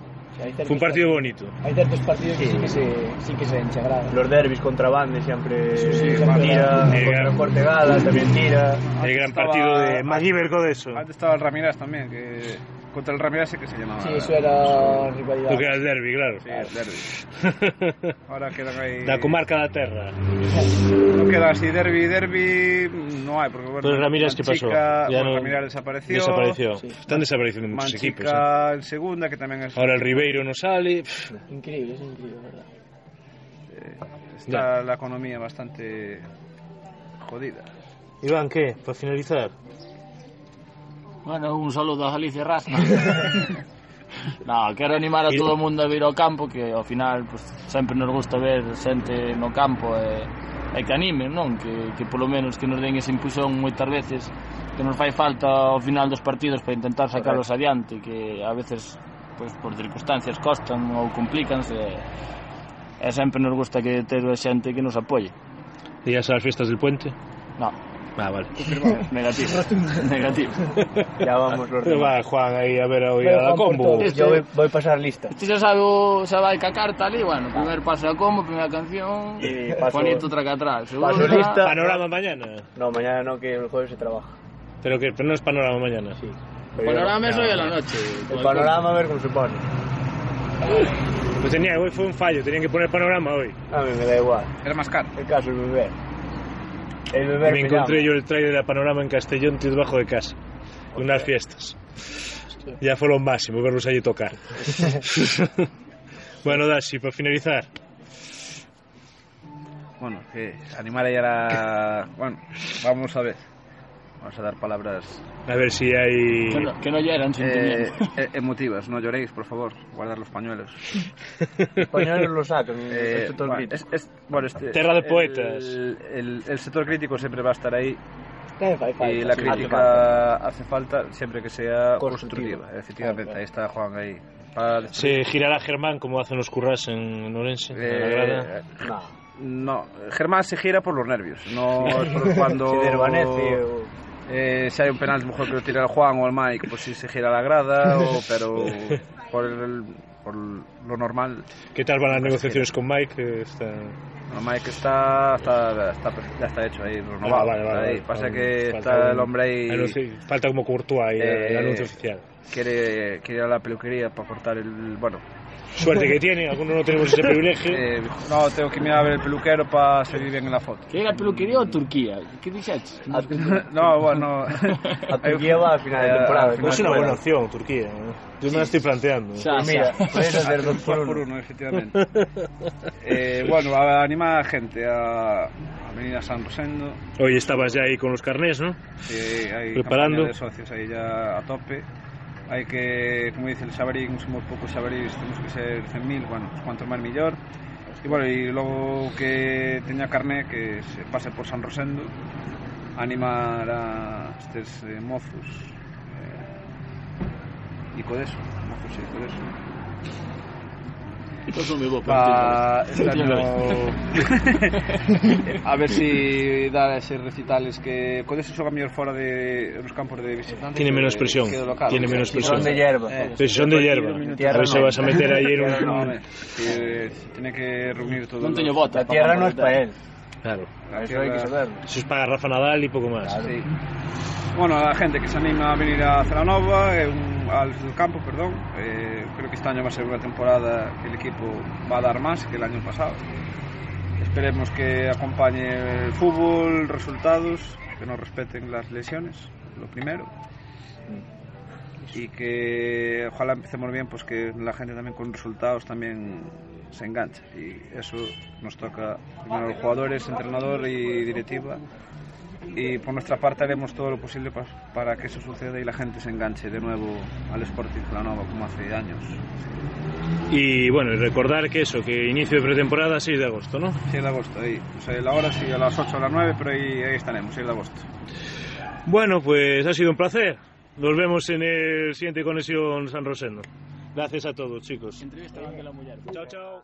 fue un partido bonito.
Hai certos partidos que sí que se, sí que se enchegraban.
Los derbis contra Bande siempre
Sí, sí, siempre.
tira,
Eh,
contra Cortegada también tira.
El gran
estaba-
partido de MacGyver Codeso,
Antes estaba el Ramirez también, que contra el Ramirez sí que se llamaba.
Sí, eso era
porque
rivalidade.
era el derbi, claro.
Sí, el derbi. Ahora quedan ahí.
La comarca de la terra.
No queda así, derbi, derbi. No hay, porque bueno.
Pero Ramírez, ¿qué pasó?
Manchica,
Ya
bueno,
no-
Ramírez desapareció.
Desapareció.
Sí.
Están desapareciendo muchos equipos. ¿eh?
Manchica en segunda, que también es.
Ahora el Ribeiro no sale. pff,
Increíble, es increíble, la verdad.
Está la economía bastante jodida.
Iván, ¿qué? Para finalizar.
Bueno, un saludo a Galicia Rasna. No, quero animar a
Y-
todo o mundo a vir ao campo que ao final pues, sempre nos gusta ver xente no campo e, e que animen, non? Que, que polo menos que nos den ese impulsón moitas veces que nos fai falta ao final dos partidos para intentar sacarlos adiante que a veces pues, por circunstancias costan ou complicanse e, e sempre nos gusta que ter xente que nos apoie.
¿Días a las fiestas del puente?
No,
Ah, vale.
negativo. negativo.
Ya vamos los
Pero
demás.
Pues va Juan ahí a ver hoy
Pero
a la
Juan por
combo.
todo.
Yo voy, voy a pasar lista.
Este xa sabe o xa vai ca carta ali, bueno, primer pase a como, primeira canción, eh,
Y paso-
Juanito traca atrás, segunda,
paso lista.
Panorama mañana.
No, mañana no, que el jueves se trabaja.
Pero que pero no es panorama mañana.
Sí. Pero
panorama
yo-
es hoy a la noche.
El panorama a ver cómo se pone.
Pues tenía, hoy fue un fallo, tenían que poner panorama hoy.
A mí me da igual.
Era más caro.
El caso es beber. El beber
Me encontré yo el trailer de Panorama en Castellón, tío, debajo de casa. en Unas fiestas. Ya fue lo máximo verlos allí tocar. bueno, Dashi, para finalizar.
Bueno, que animar ahí a la. Bueno, vamos a ver. Vamos a dar palabras
A ver si hay.
Que no, que no lloran,
eh,
sentimiento.
eh, emotivas. No lloréis, por favor. Guardar los pañuelos.
Españoles lo sacan.
Eh,
esto todo el
bueno,
grito.
es- es- bueno, este-
Terra de
el-
poetas.
El, el sector crítico siempre va a estar ahí
Tamén fai falta.
y la
sí.
crítica hace falta siempre que sea constructiva.
Constructiva.
Efectivamente, ahí está Juan ahí. Para-
Se girará Germán como hacen los curras en, en Orense. en la grada.
Eh,
No.
no, Germán se gira por los nervios. No es por cuando.
Se desvanece. o-
Eh, si hay un penalti, mejor que lo tire el Juan o el Mike, pues si se gira la grada, o, pero por el, por lo normal
¿Qué tal
pues
van las negociaciones con Mike? Que está-
No, Mike está, está, está- ya está hecho ahí, renovado.
Ah, vale,
está
vale,
ahí.
vale.
Pasa
Falta
que
un-
está el hombre ahí,
anuncio- Ah, Falta como Courtois ahí,
Eh,
el anuncio oficial.
quiere, quiere ir a la peluquería para cortar el... Bueno,
Suerte que tiene, algunos no tenemos ese privilegio.
eh, no, tengo que mirar a ver el peluquero para salir bien en la foto.
Que era peluquería ou Turquía? Que dixetes?
Ah,
Ah,
No, bueno,
A Turquía va al final de temporada.
Pues es una buena opción, Turquía. ¿eh? Yo me la estoy planteando.
Xa,
Mira,
xa.
puedes hacer dos por
Pues por
uno.
uno, efectivamente. Eh, bueno, a- anima a la gente a, a venir a San Rosendo.
Hoy estabas ya ahí con los carnés, ¿no?
Sí, hay
Preparando.
campaña de socios ahí ya a tope. Hay que, como dice el Xabarín, somos pocos Xabarís, tenemos que ser 100.000, bueno, pues cuanto más mejor. Y bueno, y luego que tenga carne, que se pase por San Rosendo, animar a estos eh, mozos eh, y codeso, mozos y codeso.
Isto son meu bo,
Ah,
pero
Pa-
entiendo.
este
Entiendo.
año- a ver si da esos recitales que con eso xoga mellor fora de los campos de visitantes Eh,
Tiene
que-
menos presión,
que do local.
tiene menos presión.
Son de hierba.
Eh,
Pero si son de
aquí
hierba,
dos minutos.
a ver si
no.
vas a meter ahí en
Tierra no, a
un...
ver, que se tiene que reunir todo
Non teño
lo-
bota.
La tierra no es para él.
Claro,
la
Eso hay que
tierra-
saberlo.
eso es para Rafa Nadal y poco más.
Sí. Bueno, a la gente que se anima a venir a Celanova, eh, un- al campo, perdón, eh, creo que este año va a ser una temporada que el equipo va a dar más que el año pasado. Esperemos que acompañe el fútbol, resultados, que nos respeten las lesiones, lo primero. Y que ojalá empecemos bien, pues que la gente también con resultados también se engancha. Y eso nos toca primero a los jugadores, entrenador y directiva y por nuestra parte haremos todo lo posible pa- para que eso suceda y la gente se enganche de nuevo al Sporting Planova como hace años.
Y bueno, y recordar que eso, que inicio de pretemporada 6 de agosto, ¿no?
6 de agosto, ahí. O sea, la hora sí, a las 8 o las 9, pero ahí, ahí estaremos, 6 de agosto.
Bueno, pues ha sido un placer. Nos vemos en el siguiente Conexión San Rosendo. Gracias a todos, chicos.
Entrevista a Ángela Muller.
Chao, chao.